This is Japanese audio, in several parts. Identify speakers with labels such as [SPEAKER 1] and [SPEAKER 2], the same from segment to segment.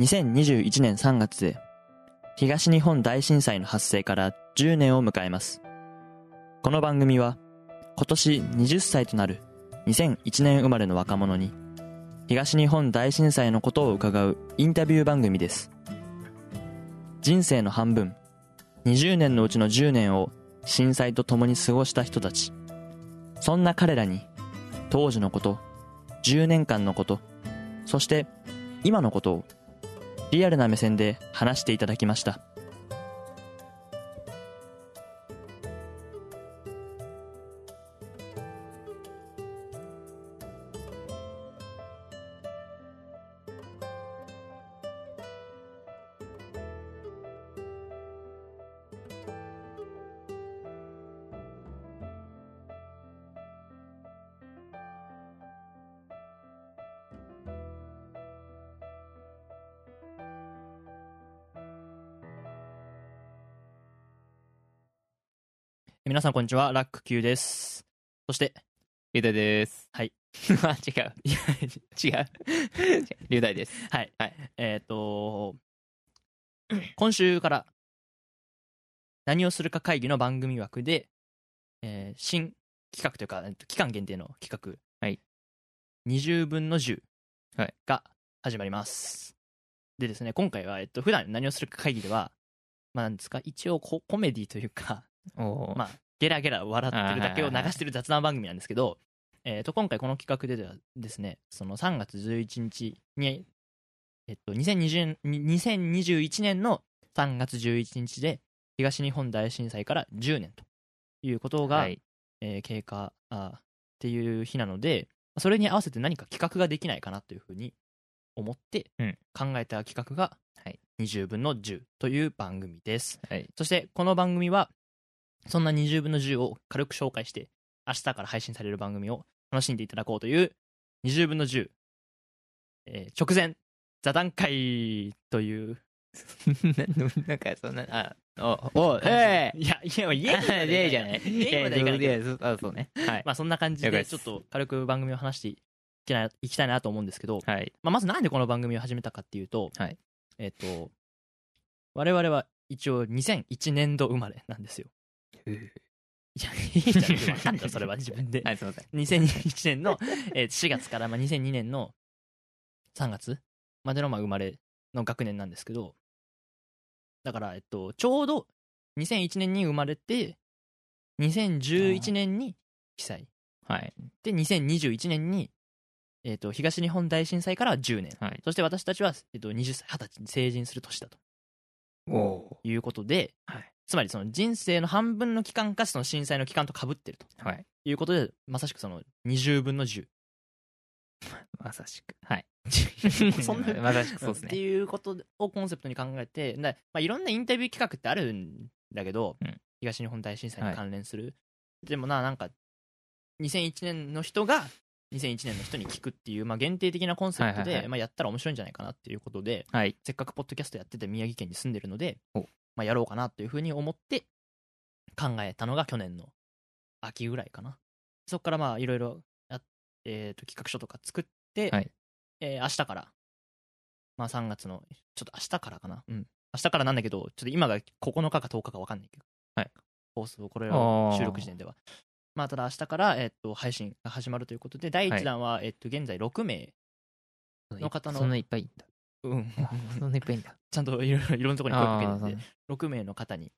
[SPEAKER 1] 2021年3月で東日本大震災の発生から10年を迎えますこの番組は今年20歳となる2001年生まれの若者に東日本大震災のことを伺うインタビュー番組です人生の半分20年のうちの10年を震災と共に過ごした人たちそんな彼らに当時のこと10年間のことそして今のことをリアルな目線で話していただきました皆さんこんにちはラック Q ですそして
[SPEAKER 2] 龍大です。
[SPEAKER 1] はい。
[SPEAKER 2] あ、違う。いや、違う。 龍大です。
[SPEAKER 1] はい、
[SPEAKER 2] はい
[SPEAKER 1] えっ、と今週から何をするか会議の番組枠で、えー新企画というかえっと期間限定の企画、
[SPEAKER 2] はい、
[SPEAKER 1] 20分の10
[SPEAKER 2] はい
[SPEAKER 1] が始まります、でですね今回は、えっと普段何をするか会議ではまあなんですか一応こコメディというか
[SPEAKER 2] お
[SPEAKER 1] まあ、ゲラゲラ笑ってるだけを
[SPEAKER 2] あーはいは
[SPEAKER 1] 流
[SPEAKER 2] い
[SPEAKER 1] してる雑談番組なんですけど、えー、と今回この企画ではですねその3月11日に、えっと、2020に2021年の3月11日で東日本大震災から10年ということが、
[SPEAKER 2] はい、
[SPEAKER 1] えー経過あーっていう日なのでそれに合わせて何か企画ができないかなというふうに思って
[SPEAKER 2] うん
[SPEAKER 1] 考えた企画が
[SPEAKER 2] はい
[SPEAKER 1] 20分の10という番組です。
[SPEAKER 2] はい。
[SPEAKER 1] そしてこの番組はそんな20分の10を軽く紹介して明日から配信される番組を楽しんでいただこうという20分の10、えー直前座談会という
[SPEAKER 2] なんか、そんな、あ、お、お、え
[SPEAKER 1] いやいやい
[SPEAKER 2] え
[SPEAKER 1] や
[SPEAKER 2] ええじゃない。
[SPEAKER 1] いやいやいやいや
[SPEAKER 2] ええそうあ、そうね。はい。
[SPEAKER 1] まあそんな感じ
[SPEAKER 2] 了
[SPEAKER 1] で
[SPEAKER 2] 解で
[SPEAKER 1] ちょ
[SPEAKER 2] す
[SPEAKER 1] っと軽く番組を話していきないきたいなと思うんですけど、
[SPEAKER 2] はい。
[SPEAKER 1] まあ、まずなんでこの番組を始めたかっていうと、
[SPEAKER 2] はい
[SPEAKER 1] えっ、と我々は一応2001年度生まれなんですよ いやいいじゃん分かったそれは自分で
[SPEAKER 2] はい、すいません。
[SPEAKER 1] 2021年の、えー4月から、まあ、2002年の3月までの、まあ、生まれの学年なんですけどだから、えっと、ちょうど2001年に生まれて2011年に被災
[SPEAKER 2] はい。
[SPEAKER 1] で2021年に、えっと、東日本大震災から10年
[SPEAKER 2] はい。
[SPEAKER 1] そして私たちは、えっと、20歳20歳に成人する年だと
[SPEAKER 2] お
[SPEAKER 1] いうことで、
[SPEAKER 2] はい
[SPEAKER 1] つまりその人生の半分の期間かその震災の期間とかぶってると
[SPEAKER 2] はい。
[SPEAKER 1] いうことでまさしくその20分の10
[SPEAKER 2] まさしく。はい。
[SPEAKER 1] そんな
[SPEAKER 2] まさし くそうです
[SPEAKER 1] って
[SPEAKER 2] ね。
[SPEAKER 1] いうことをコンセプトに考えて、なまあ、いろんなインタビュー企画ってあるんだけど、
[SPEAKER 2] うん
[SPEAKER 1] 東日本大震災
[SPEAKER 2] は
[SPEAKER 1] に
[SPEAKER 2] い
[SPEAKER 1] 関連する、でもななんか2001年の人が2001年の人に聞くっていう、まあ、限定的なコンセプトで、
[SPEAKER 2] はいはいはい
[SPEAKER 1] まあ、やったら面白いんじゃないかなっていうことで
[SPEAKER 2] はい。
[SPEAKER 1] せっかくポッドキャストやってて宮城県に住んでるので
[SPEAKER 2] お、
[SPEAKER 1] まあ、やろうかなというふうに思って考えたのが去年の秋ぐらいかなそこからまあいろいろや、えーと企画書とか作って、
[SPEAKER 2] はい
[SPEAKER 1] えー明日から、まあ、3月のちょっと明日からかなうん明日からなんだけどちょっと今が9日か10日か分かんないけど、
[SPEAKER 2] はい
[SPEAKER 1] 放送これを
[SPEAKER 2] あー
[SPEAKER 1] 収録時点ではまあただ明日から、えー、と配信が始まるということで第1弾は、えー、と現在6名の方の
[SPEAKER 2] そんないっぱいいんだ。
[SPEAKER 1] うん
[SPEAKER 2] そんないっぱいいんだ。
[SPEAKER 1] ちゃんといろいろいろんなところに声か
[SPEAKER 2] あー
[SPEAKER 1] け
[SPEAKER 2] そう
[SPEAKER 1] てて
[SPEAKER 2] ね
[SPEAKER 1] 6名の方に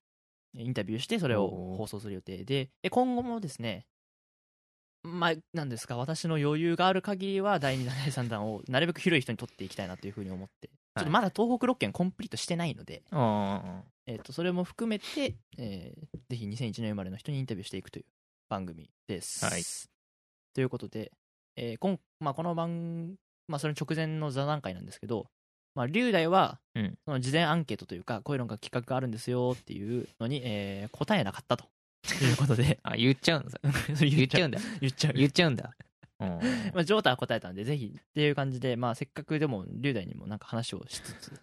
[SPEAKER 1] インタビューしてそれを
[SPEAKER 2] おー
[SPEAKER 1] 放送する予定でで今後もですねまあなんですか私の余裕がある限りは第2弾第3弾をなるべく広い人に取っていきたいなというふうに思ってちょっとまだ東北6県コンプリートしてないので、
[SPEAKER 2] あ
[SPEAKER 1] えっとそれも含めて、えーぜひ2001年生まれの人にインタビューしていくという番組です。
[SPEAKER 2] はい
[SPEAKER 1] ということで、えー今まあ、この番、まあ、その直前の座談会なんですけど、まあ、龍大は、
[SPEAKER 2] うん
[SPEAKER 1] その事前アンケートというかこういうのが企画があるんですよっていうのに、えー答えなかったということで
[SPEAKER 2] あ。あ、言っちゃうんだ。 言っちゃうんだ。
[SPEAKER 1] 言っちゃう
[SPEAKER 2] 言っちゃうんだ。うん
[SPEAKER 1] まあ、ジョータは答えたんで、ぜひっていう感じで、まあ、せっかくでも、龍大にもなんか話をしつつ、
[SPEAKER 2] うん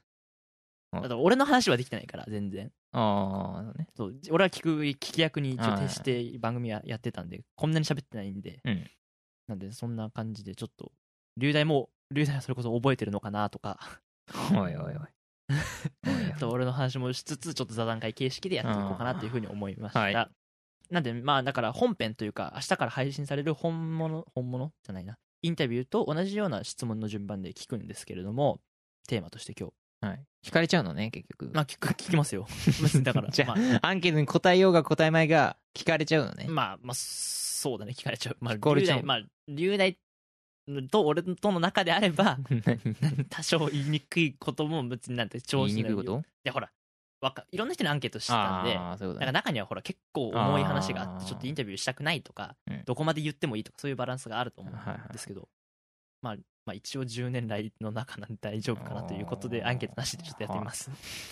[SPEAKER 1] あと俺の話はできてないから、全然。
[SPEAKER 2] ああ、ね。
[SPEAKER 1] そう俺は聞く聞き役に一応徹して番組はやってたんでこんなに喋ってないんで、
[SPEAKER 2] うん
[SPEAKER 1] なんでそんな感じでちょっと流大も流大はそれこそ覚えてるのかなとか
[SPEAKER 2] おいおいおい。
[SPEAKER 1] と俺の話もしつつちょっと座談会形式でやっていこうかなというふうに思いました、
[SPEAKER 2] うんは
[SPEAKER 1] なんでまあだから本編というか明日から配信される本物本物じゃないなインタビューと同じような質問の順番で聞くんですけれどもテーマとして今
[SPEAKER 2] はい。引かれちゃうのね、結局。
[SPEAKER 1] 日まあ聞く聞きます よ別にだから
[SPEAKER 2] じゃあ
[SPEAKER 1] まあ
[SPEAKER 2] アンケートに答えようが答えまいが聞かれちゃうのね。
[SPEAKER 1] まあ、まあ、そうだね聞かれちゃうまあ
[SPEAKER 2] 聞かれ
[SPEAKER 1] 龍
[SPEAKER 2] ちゃう
[SPEAKER 1] 大まあ龍大と俺との中であれ ば多少言いにくいことも別になんて調
[SPEAKER 2] 言
[SPEAKER 1] 子
[SPEAKER 2] いにくいこ
[SPEAKER 1] い
[SPEAKER 2] と
[SPEAKER 1] やほらわかいろんな人にアンケートしてたんで
[SPEAKER 2] ああ、そういうこ
[SPEAKER 1] なんか
[SPEAKER 2] とね
[SPEAKER 1] 中にはほら結構重い話があっ
[SPEAKER 2] あ
[SPEAKER 1] て
[SPEAKER 2] ー
[SPEAKER 1] ちょっとインタビューしたくないとか、
[SPEAKER 2] うん
[SPEAKER 1] どこまで言ってもいいとかそういうバランスがあると思う
[SPEAKER 2] はいはい
[SPEAKER 1] んですけど、まあ、まあ一応10年来の中なんで大丈夫かなということで
[SPEAKER 2] あー
[SPEAKER 1] アンケートなしでちょっとやってみます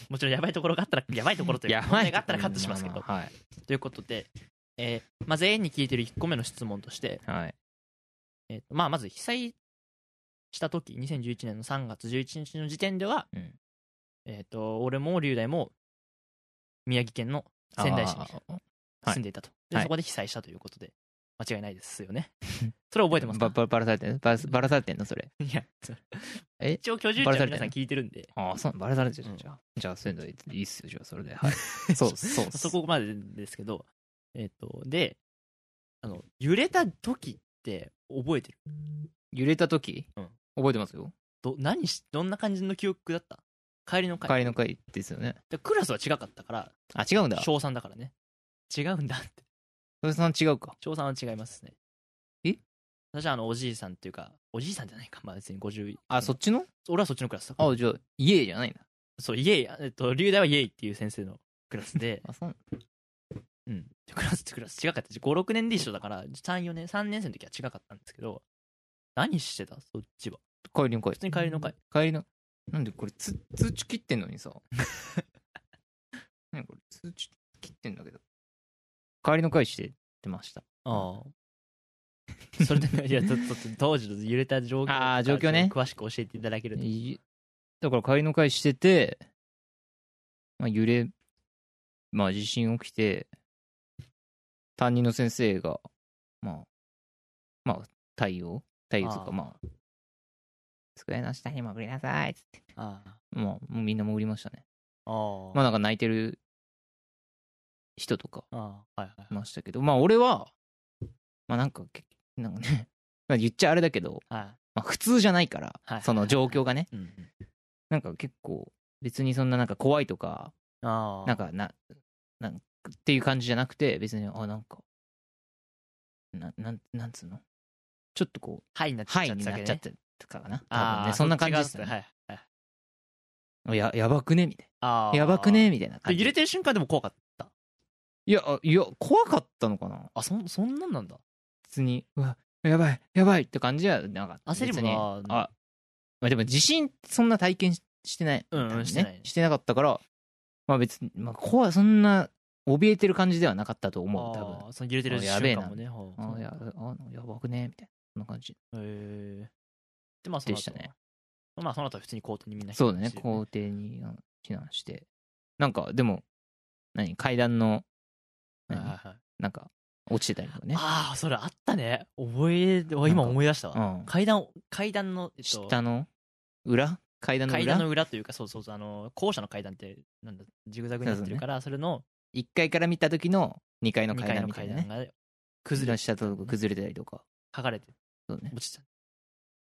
[SPEAKER 1] もちろんやばいところがあったらやばいところという
[SPEAKER 2] や
[SPEAKER 1] か
[SPEAKER 2] ば
[SPEAKER 1] 問題
[SPEAKER 2] い
[SPEAKER 1] があったらカットしますけど
[SPEAKER 2] はい。
[SPEAKER 1] ということで、えーまあ、全員に聞いてる1個目の質問として、
[SPEAKER 2] はい。
[SPEAKER 1] えーとまあ、まず被災した時2011年の3月11日の時点では、
[SPEAKER 2] うん
[SPEAKER 1] えー、と俺も龍大も宮城県の仙台市に
[SPEAKER 2] ああはい
[SPEAKER 1] 住んでいたと、
[SPEAKER 2] は
[SPEAKER 1] で
[SPEAKER 2] い
[SPEAKER 1] そこで被災したということで間違いないですよね それ覚えてます
[SPEAKER 2] ば
[SPEAKER 1] か
[SPEAKER 2] ばばらされてんのばらばらされてんのそれ。
[SPEAKER 1] いや
[SPEAKER 2] え
[SPEAKER 1] 一応居住地
[SPEAKER 2] バ
[SPEAKER 1] は
[SPEAKER 2] レさ
[SPEAKER 1] 皆
[SPEAKER 2] れてんの
[SPEAKER 1] さん聞いてるんで
[SPEAKER 2] ああ、そう、バラされてる
[SPEAKER 1] うん
[SPEAKER 2] じゃあ。じゃあ、そういうのいいっすよ、じゃあ、それ で。はい。そう、そう。
[SPEAKER 1] そこまでですけどえっ、とであの揺れた時って覚えてる
[SPEAKER 2] 揺れた時、
[SPEAKER 1] うん
[SPEAKER 2] 覚えてますよ。
[SPEAKER 1] ど何しどんな感じの記憶だった帰りの
[SPEAKER 2] 帰
[SPEAKER 1] 会
[SPEAKER 2] りの会ですよね。
[SPEAKER 1] でクラスは違かったから
[SPEAKER 2] あ、違うんだ。
[SPEAKER 1] 小3だからね違うんだって
[SPEAKER 2] それさん違うか。
[SPEAKER 1] 小3は違いますね
[SPEAKER 2] え
[SPEAKER 1] 私はあのおじいさんっていうかおじいさんじゃないかまあ別に50
[SPEAKER 2] あ、そっちの
[SPEAKER 1] 俺はそっちのクラスだ
[SPEAKER 2] あ、じゃあ、家じゃないんだ。
[SPEAKER 1] そう、イエイ、えっと、龍大はイエイっていう先生のクラス
[SPEAKER 2] 、
[SPEAKER 1] で
[SPEAKER 2] あ、そう。
[SPEAKER 1] うん。クラスってクラス違かった。5、6年で一緒だから、3、4年、3年生の時は違かったんですけど、何してたそっちは。
[SPEAKER 2] 帰りの会。
[SPEAKER 1] 普通に帰りの会。
[SPEAKER 2] 帰りの。なんでこれつ、通知切ってんのにさ。 何これ、通知切ってんだけど。帰りの会してってました。
[SPEAKER 1] ああ。それで、いや、ちょっと当時の揺れた状況とか
[SPEAKER 2] あー状況ね
[SPEAKER 1] ちょっと詳しく教えていただけると。
[SPEAKER 2] いだから帰りの会してて、まあ、揺れ、まあ、地震起きて、担任の先生が、まあ、まあ、対応対応と
[SPEAKER 1] あ
[SPEAKER 2] か、
[SPEAKER 1] あ
[SPEAKER 2] まあ、机の下に潜りなさいっつって、
[SPEAKER 1] ああ。
[SPEAKER 2] まあ、もうみんな潜りましたね。
[SPEAKER 1] あ
[SPEAKER 2] まあ、
[SPEAKER 1] あ。
[SPEAKER 2] なんか泣いてる人とか
[SPEAKER 1] ああ。はいはい
[SPEAKER 2] いましたけど、まあ、俺は、まあ、なんか、けなんかね、 まあ言っちゃあれだけど、
[SPEAKER 1] はい。は
[SPEAKER 2] まあ、普通じゃないから、
[SPEAKER 1] はい
[SPEAKER 2] その状況がね。
[SPEAKER 1] い。うん。
[SPEAKER 2] なんか結構別にそんななんか怖いとか
[SPEAKER 1] ああ。
[SPEAKER 2] なんかななんっていう感じじゃなくて別にあなんかななんなんつうのちょっとこう
[SPEAKER 1] はいになっちゃ
[SPEAKER 2] ハ
[SPEAKER 1] っ
[SPEAKER 2] イ
[SPEAKER 1] た
[SPEAKER 2] に
[SPEAKER 1] わけ
[SPEAKER 2] なっ
[SPEAKER 1] ね
[SPEAKER 2] ちゃってたかな多
[SPEAKER 1] あ
[SPEAKER 2] 分
[SPEAKER 1] あ。
[SPEAKER 2] ねそんな感じです
[SPEAKER 1] そ
[SPEAKER 2] よ
[SPEAKER 1] っち
[SPEAKER 2] ね
[SPEAKER 1] 側っすね。はい。
[SPEAKER 2] ややばくねみたい
[SPEAKER 1] ああ。
[SPEAKER 2] なやばくねみたいな
[SPEAKER 1] で
[SPEAKER 2] 感じ
[SPEAKER 1] 揺れてる瞬間でも怖かった。
[SPEAKER 2] いやあいや怖かったのかな
[SPEAKER 1] あ、そん、そんなんなんだ。
[SPEAKER 2] 別にうわやばいやばいって感じはなかった
[SPEAKER 1] 焦りも
[SPEAKER 2] 別に
[SPEAKER 1] な
[SPEAKER 2] あ、まあ、でも地震そんな体験ししてない
[SPEAKER 1] うんうん
[SPEAKER 2] 多分ね
[SPEAKER 1] してない
[SPEAKER 2] してなかったからまあ別に、まあ、怖いそんな怯えてる感じではなかったと思う多分
[SPEAKER 1] あーその揺れてる
[SPEAKER 2] あやべえ
[SPEAKER 1] 瞬
[SPEAKER 2] な
[SPEAKER 1] 間もねほう
[SPEAKER 2] あやあやばくねみたいなそんな感じ
[SPEAKER 1] へえでまあその後
[SPEAKER 2] でしたね
[SPEAKER 1] まあその後は普通にコートにみんな
[SPEAKER 2] そうだね
[SPEAKER 1] 避難して
[SPEAKER 2] 校庭にあの避難してなんかでも何階段の
[SPEAKER 1] はいはい
[SPEAKER 2] 何
[SPEAKER 1] はい
[SPEAKER 2] なんか落ちてたりとかね
[SPEAKER 1] ああそれあったね覚えてお今思い出したわ
[SPEAKER 2] うん
[SPEAKER 1] 階段階段のえっと
[SPEAKER 2] 下の裏階段の
[SPEAKER 1] 階段の
[SPEAKER 2] 裏
[SPEAKER 1] 裏というかそうそうそうあの校舎の階段ってなんだジグザグになってるからそれの
[SPEAKER 2] 1階から見た時の2階の
[SPEAKER 1] 2
[SPEAKER 2] 階
[SPEAKER 1] 階
[SPEAKER 2] 段
[SPEAKER 1] の
[SPEAKER 2] みたい
[SPEAKER 1] 階
[SPEAKER 2] な
[SPEAKER 1] 段
[SPEAKER 2] ね
[SPEAKER 1] が
[SPEAKER 2] 崩
[SPEAKER 1] 崩
[SPEAKER 2] れ
[SPEAKER 1] れ
[SPEAKER 2] したとこ崩れてたりとか
[SPEAKER 1] 剥がれて
[SPEAKER 2] そうね
[SPEAKER 1] 落ちた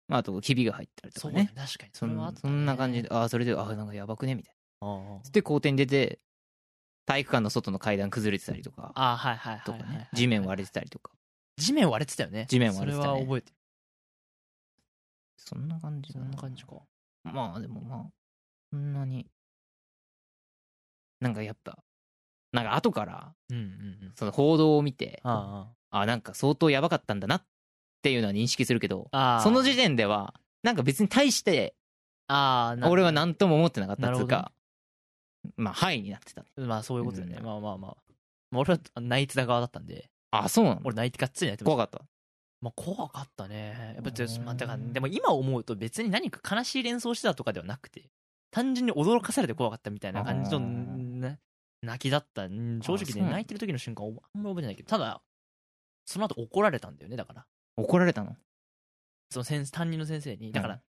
[SPEAKER 2] まああとひびが入ったりと
[SPEAKER 1] そ
[SPEAKER 2] か
[SPEAKER 1] うね
[SPEAKER 2] ね
[SPEAKER 1] 確かに
[SPEAKER 2] そ
[SPEAKER 1] それはあ
[SPEAKER 2] ん
[SPEAKER 1] った
[SPEAKER 2] そんな感じ
[SPEAKER 1] ね
[SPEAKER 2] でああそれであなんかやばくねみたい
[SPEAKER 1] あー
[SPEAKER 2] なで校庭に出て体育館の外の階段崩れてたりとか
[SPEAKER 1] あーはいはいはい
[SPEAKER 2] と
[SPEAKER 1] は
[SPEAKER 2] か
[SPEAKER 1] いはい
[SPEAKER 2] ね地面割れてたりとか
[SPEAKER 1] 地面割れてたよね
[SPEAKER 2] 地面割れてたね
[SPEAKER 1] それは覚えてる
[SPEAKER 2] そんな感じ
[SPEAKER 1] そ
[SPEAKER 2] だ
[SPEAKER 1] んな感じか
[SPEAKER 2] まあでもまあ、そんなに。なんかやっぱ、なんか後から、
[SPEAKER 1] うんうんうん
[SPEAKER 2] その報道を見て、
[SPEAKER 1] あ
[SPEAKER 2] あ、なんか相当やばかったんだなっていうのは認識するけど、
[SPEAKER 1] ーあー
[SPEAKER 2] その時点では、なんか別に対して、
[SPEAKER 1] ああ、
[SPEAKER 2] 俺は何とも思ってなかったっつう
[SPEAKER 1] なる
[SPEAKER 2] か、まあ、はいになってたね。
[SPEAKER 1] まあそういうことだよね。
[SPEAKER 2] うん
[SPEAKER 1] まあまあまあ。まあ、俺は泣いてた側だったんで、
[SPEAKER 2] あ、そうなの
[SPEAKER 1] 俺泣いてがっつり泣いてまし
[SPEAKER 2] 怖
[SPEAKER 1] た。
[SPEAKER 2] かった。
[SPEAKER 1] まあ怖かったね。やっぱ
[SPEAKER 2] う
[SPEAKER 1] ちょ
[SPEAKER 2] ーん
[SPEAKER 1] まあだから、でも今思うと別に何か悲しい連想してたとかではなくて、単純に驚かされて怖かったみたいな感じの
[SPEAKER 2] あー
[SPEAKER 1] ね泣きだった。うん正直
[SPEAKER 2] あそう
[SPEAKER 1] ね、
[SPEAKER 2] なんだ
[SPEAKER 1] 泣いてる時の瞬間、おあんまり覚えてないけど、ただ、その後怒られたんだよね、だから。
[SPEAKER 2] 怒られたの
[SPEAKER 1] その先担任の先生に。だか
[SPEAKER 2] う
[SPEAKER 1] ら
[SPEAKER 2] ん、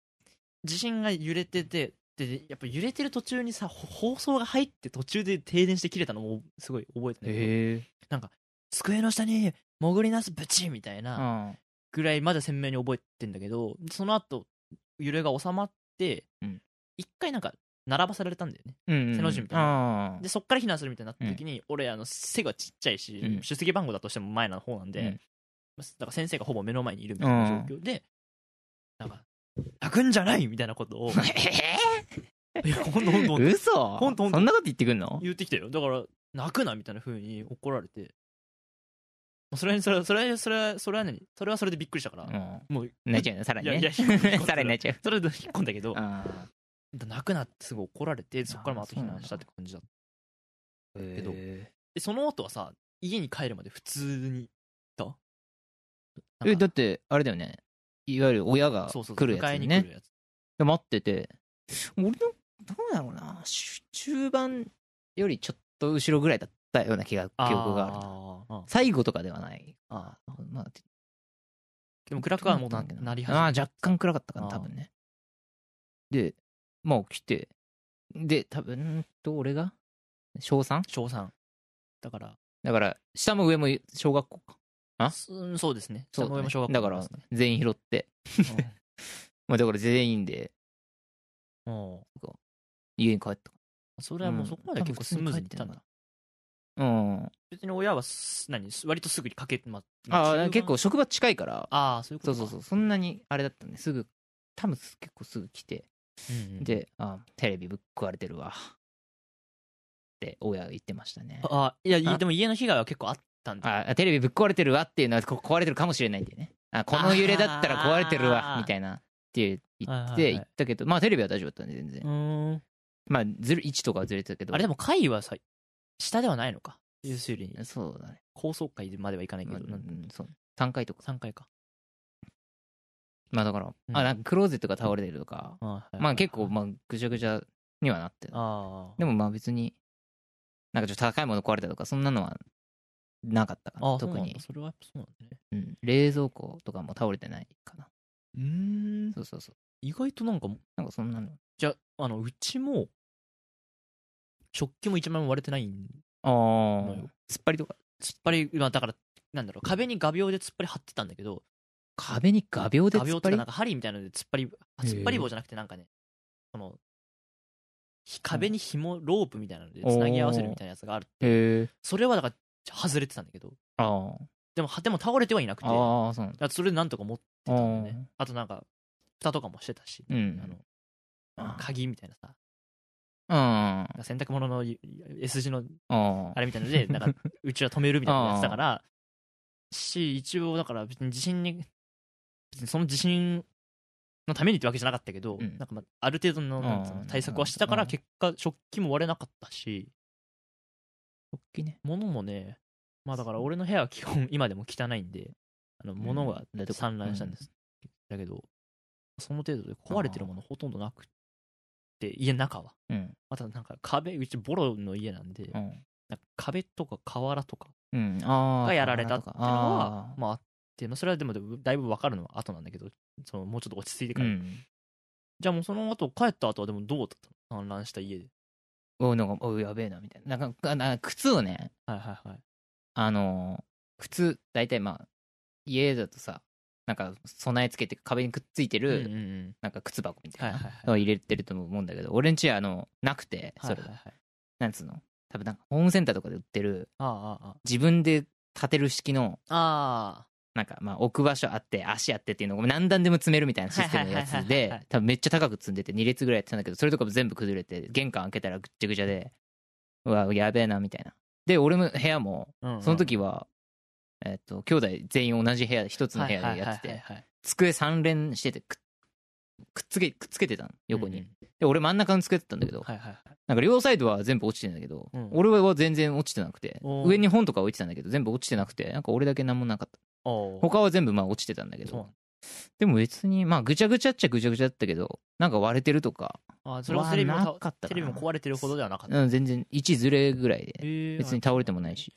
[SPEAKER 1] 地震が揺れてて、でやっぱ揺れてる途中にさほ放送が入って途中で停電して切れたのもすごい覚えてね、
[SPEAKER 2] へえ
[SPEAKER 1] 机の下に潜りなすブチみたいうなんぐらいまで鮮明に覚えてんだけどその後揺れが収まって
[SPEAKER 2] うん
[SPEAKER 1] 一、回なんか並ばされたんだよね
[SPEAKER 2] うん
[SPEAKER 1] 背の字みたい
[SPEAKER 2] な
[SPEAKER 1] でそっから避難するみたいになった時に、俺あの背がちっちゃいし、
[SPEAKER 2] うん
[SPEAKER 1] 出席番号だとしても前の方なんで、
[SPEAKER 2] うん
[SPEAKER 1] まあだから先生がほぼ目の前にいるみたいな状況で、なんか泣くんじゃないみたいなこと をいやほんとほんとほんと
[SPEAKER 2] 嘘
[SPEAKER 1] ほんとほんと
[SPEAKER 2] そんなこと言ってくんの
[SPEAKER 1] 言ってきたよだから泣くなみたいな風に怒られてまあそれはそれはそれはそれはそれは何それはそれでびっくりしたから、
[SPEAKER 2] うん
[SPEAKER 1] もう
[SPEAKER 2] 泣いちゃうねさらに
[SPEAKER 1] いやいや
[SPEAKER 2] ね
[SPEAKER 1] 引っ込んだ
[SPEAKER 2] さらに泣いちゃう
[SPEAKER 1] それで引っ込んだけど
[SPEAKER 2] あ
[SPEAKER 1] 泣くなってすごい怒られてそこからまた
[SPEAKER 2] あーそ
[SPEAKER 1] 避
[SPEAKER 2] うなんだ
[SPEAKER 1] 難したって感じだった
[SPEAKER 2] ー
[SPEAKER 1] けど
[SPEAKER 2] え
[SPEAKER 1] でその後はさ家に帰るまで普通にいたなんか
[SPEAKER 2] だってあれだよねいわゆる親が
[SPEAKER 1] そうそう
[SPEAKER 2] 来るや
[SPEAKER 1] 迎
[SPEAKER 2] つ
[SPEAKER 1] えに来
[SPEAKER 2] ね
[SPEAKER 1] るやつ
[SPEAKER 2] で待ってて俺のどうだろうなし中盤よりちょっと後ろぐらいだったような気が記憶があるな
[SPEAKER 1] あー
[SPEAKER 2] 最後とかではない
[SPEAKER 1] あ
[SPEAKER 2] まあ
[SPEAKER 1] ーでも暗くはもうななり始め
[SPEAKER 2] ああ若干暗かったかな
[SPEAKER 1] あー
[SPEAKER 2] 多分ねでまあ起きてで多分んと俺が小 3?
[SPEAKER 1] 小3だから
[SPEAKER 2] だから下も上も小学校かあ
[SPEAKER 1] すうんそうですね
[SPEAKER 2] そう
[SPEAKER 1] 下の上も小学校
[SPEAKER 2] だから全員拾って
[SPEAKER 1] ですね
[SPEAKER 2] まあだから全員で
[SPEAKER 1] うんうん
[SPEAKER 2] 家に帰った
[SPEAKER 1] それはもうそこまで結構スムーズにいってたんだ
[SPEAKER 2] うん
[SPEAKER 1] 別に親はす何割とすぐにかけてまあ
[SPEAKER 2] あ
[SPEAKER 1] 中
[SPEAKER 2] あ
[SPEAKER 1] 盤
[SPEAKER 2] 結構職場近いから
[SPEAKER 1] ああそういうこと
[SPEAKER 2] そうそうそうそんなにあれだったんですぐ多分結構すぐ来て
[SPEAKER 1] う、うんうん
[SPEAKER 2] であテレビぶっ壊れてるわって親が言ってましたね
[SPEAKER 1] あいやいや
[SPEAKER 2] あ
[SPEAKER 1] でも家の被害は結構あったんだ
[SPEAKER 2] あテレビぶっ壊れてるわっていうのはこ壊れてるかもしれないんだよねあこの揺れだったら壊れてるわ
[SPEAKER 1] あー
[SPEAKER 2] みたいなって言
[SPEAKER 1] はいは
[SPEAKER 2] っ
[SPEAKER 1] いは
[SPEAKER 2] て
[SPEAKER 1] い
[SPEAKER 2] 言ったけどまあテレビは大丈夫だったんで全然
[SPEAKER 1] ん
[SPEAKER 2] まあずる位置とかはずれてたけど
[SPEAKER 1] あれでも会はさ下ではないのか要するに
[SPEAKER 2] そうだね、
[SPEAKER 1] 高層階まではいかないけ
[SPEAKER 2] まあ
[SPEAKER 1] ど、
[SPEAKER 2] う
[SPEAKER 1] なん
[SPEAKER 2] ん、そう3回とか
[SPEAKER 1] 3階か
[SPEAKER 2] まあだから、
[SPEAKER 1] うん
[SPEAKER 2] あなんかクローゼットが倒れてるとか
[SPEAKER 1] あ
[SPEAKER 2] まあ結構まあぐちゃぐちゃにはなってた
[SPEAKER 1] あ
[SPEAKER 2] でもまあ別になんかちょっと高いもの壊れたとかそんなのはなかったか
[SPEAKER 1] あ
[SPEAKER 2] な
[SPEAKER 1] あ
[SPEAKER 2] 特
[SPEAKER 1] 特
[SPEAKER 2] に
[SPEAKER 1] に、それはやっぱそうなんだね
[SPEAKER 2] うん、冷蔵庫とかも倒れてないかな
[SPEAKER 1] うーん
[SPEAKER 2] そうそうそう
[SPEAKER 1] 意外となんか
[SPEAKER 2] なんかそんなの
[SPEAKER 1] じゃあのうちも食器も一枚も割れてないん
[SPEAKER 2] あ
[SPEAKER 1] ー
[SPEAKER 2] 突っ張りとか
[SPEAKER 1] 突っ張りまあだからなんだろう壁に画鋲で突っ張り貼ってたんだけど
[SPEAKER 2] 壁に画鋲で
[SPEAKER 1] 画
[SPEAKER 2] 突
[SPEAKER 1] 鋲っていう
[SPEAKER 2] っ張
[SPEAKER 1] か
[SPEAKER 2] り
[SPEAKER 1] なんか針みたいなので突っ張りあ
[SPEAKER 2] へえ
[SPEAKER 1] 突っ張り棒じゃなくてなんかねこのひ壁に紐ロープみたいなのでつなぎ合わせるみたいなやつがある
[SPEAKER 2] へえ
[SPEAKER 1] それはだから外れてたんだけど
[SPEAKER 2] あー
[SPEAKER 1] でもはでも倒れてはいなくてだか
[SPEAKER 2] あーそうなんだ
[SPEAKER 1] らそれでなんとか持ってたんだよねあとなんか蓋とかもしてたし、
[SPEAKER 2] うん
[SPEAKER 1] あの
[SPEAKER 2] あー
[SPEAKER 1] 鍵みたいなさ
[SPEAKER 2] あー
[SPEAKER 1] なんか洗濯物の S 字の
[SPEAKER 2] あ
[SPEAKER 1] あれみたいなの でなんかうちは止めるみたいなのやってたからし一応だから別に地震に別にその地震のためにってわけじゃなかったけど、
[SPEAKER 2] うん
[SPEAKER 1] なんかまあある程度のなんつう
[SPEAKER 2] う
[SPEAKER 1] の
[SPEAKER 2] ん
[SPEAKER 1] 対策はしてたから
[SPEAKER 2] うん
[SPEAKER 1] 結果食器も割れなかったし
[SPEAKER 2] 大きいね
[SPEAKER 1] 物もねまあだから俺の部屋は基本 今でも汚いんであの物が
[SPEAKER 2] うん
[SPEAKER 1] 散乱したんです、だけどその程度で壊れてるものほとんどなくて家の中は
[SPEAKER 2] うん
[SPEAKER 1] またなんか壁うちボロの家なんで、
[SPEAKER 2] うん
[SPEAKER 1] なんか壁とか瓦とか
[SPEAKER 2] うんああ
[SPEAKER 1] がやられたっていうのは
[SPEAKER 2] あ
[SPEAKER 1] まああって、まあ、それはでもだいぶ分かるのは後なんだけどそのもうちょっと落ち着いて
[SPEAKER 2] ー
[SPEAKER 1] か
[SPEAKER 2] う
[SPEAKER 1] ら、
[SPEAKER 2] ん
[SPEAKER 1] じゃあもうその後帰った後はでもどうだったの散乱した家で
[SPEAKER 2] おなんかおやべえなみたいななんかあなんか靴をね
[SPEAKER 1] はいはいはい
[SPEAKER 2] あのー、靴、大体まあ、家だとさ、なんか備え付けて壁にくっついて
[SPEAKER 1] う
[SPEAKER 2] る、
[SPEAKER 1] んうんうん
[SPEAKER 2] なんか靴箱みた
[SPEAKER 1] はいい
[SPEAKER 2] な
[SPEAKER 1] はいはい
[SPEAKER 2] のを入れてると思うんだけど、俺んちはあの、なくて、そ
[SPEAKER 1] はい
[SPEAKER 2] れ、
[SPEAKER 1] はいはい
[SPEAKER 2] なんつうの多分なんかホームセンターとかで売ってる、
[SPEAKER 1] ああああ
[SPEAKER 2] 自分で立てる式の、
[SPEAKER 1] あ
[SPEAKER 2] なんかまあ置く場所あって、足あってっていうのを何段でも積めるみたいなシステムのやつ
[SPEAKER 1] はいはいはいはいはい
[SPEAKER 2] で、多分めっちゃ高く積んでて2列ぐらいやってたんだけど、それとかも全部崩れて、玄関開けたらぐっちゃぐちゃで、うわ、やべえな、みたいな。で、俺も部屋も、
[SPEAKER 1] あ、うんうん
[SPEAKER 2] その時は、えっと、兄弟全員同じ部屋、一つの部屋でや
[SPEAKER 1] は
[SPEAKER 2] って
[SPEAKER 1] い
[SPEAKER 2] て、
[SPEAKER 1] はいはいはい
[SPEAKER 2] 机三連しててくっ、くっつけ、くっつけてたの、横
[SPEAKER 1] う
[SPEAKER 2] に。
[SPEAKER 1] んうん
[SPEAKER 2] で、俺真ん中の机だったんだけど、
[SPEAKER 1] はいはいはい
[SPEAKER 2] なんか両サイドは全部落ちてんだけど、
[SPEAKER 1] うん
[SPEAKER 2] 俺は全然落ちてなくて、
[SPEAKER 1] おー
[SPEAKER 2] 上に本とか置いてたんだけど、全部落ちてなくて、なんか俺だけ何もなかった。
[SPEAKER 1] おー
[SPEAKER 2] 他は全部まあ落ちてたんだけ
[SPEAKER 1] そうな
[SPEAKER 2] ど
[SPEAKER 1] ん、
[SPEAKER 2] でも別に、まあぐちゃぐちゃっちゃぐちゃぐちゃだったけど、なんか割れてるとか、
[SPEAKER 1] あーそれこそテレビも
[SPEAKER 2] はなか
[SPEAKER 1] た
[SPEAKER 2] ったな
[SPEAKER 1] テレビも壊れてるほどではなかった
[SPEAKER 2] うん、全然1ずれぐらいで、
[SPEAKER 1] 別
[SPEAKER 2] 別に倒れてもないし。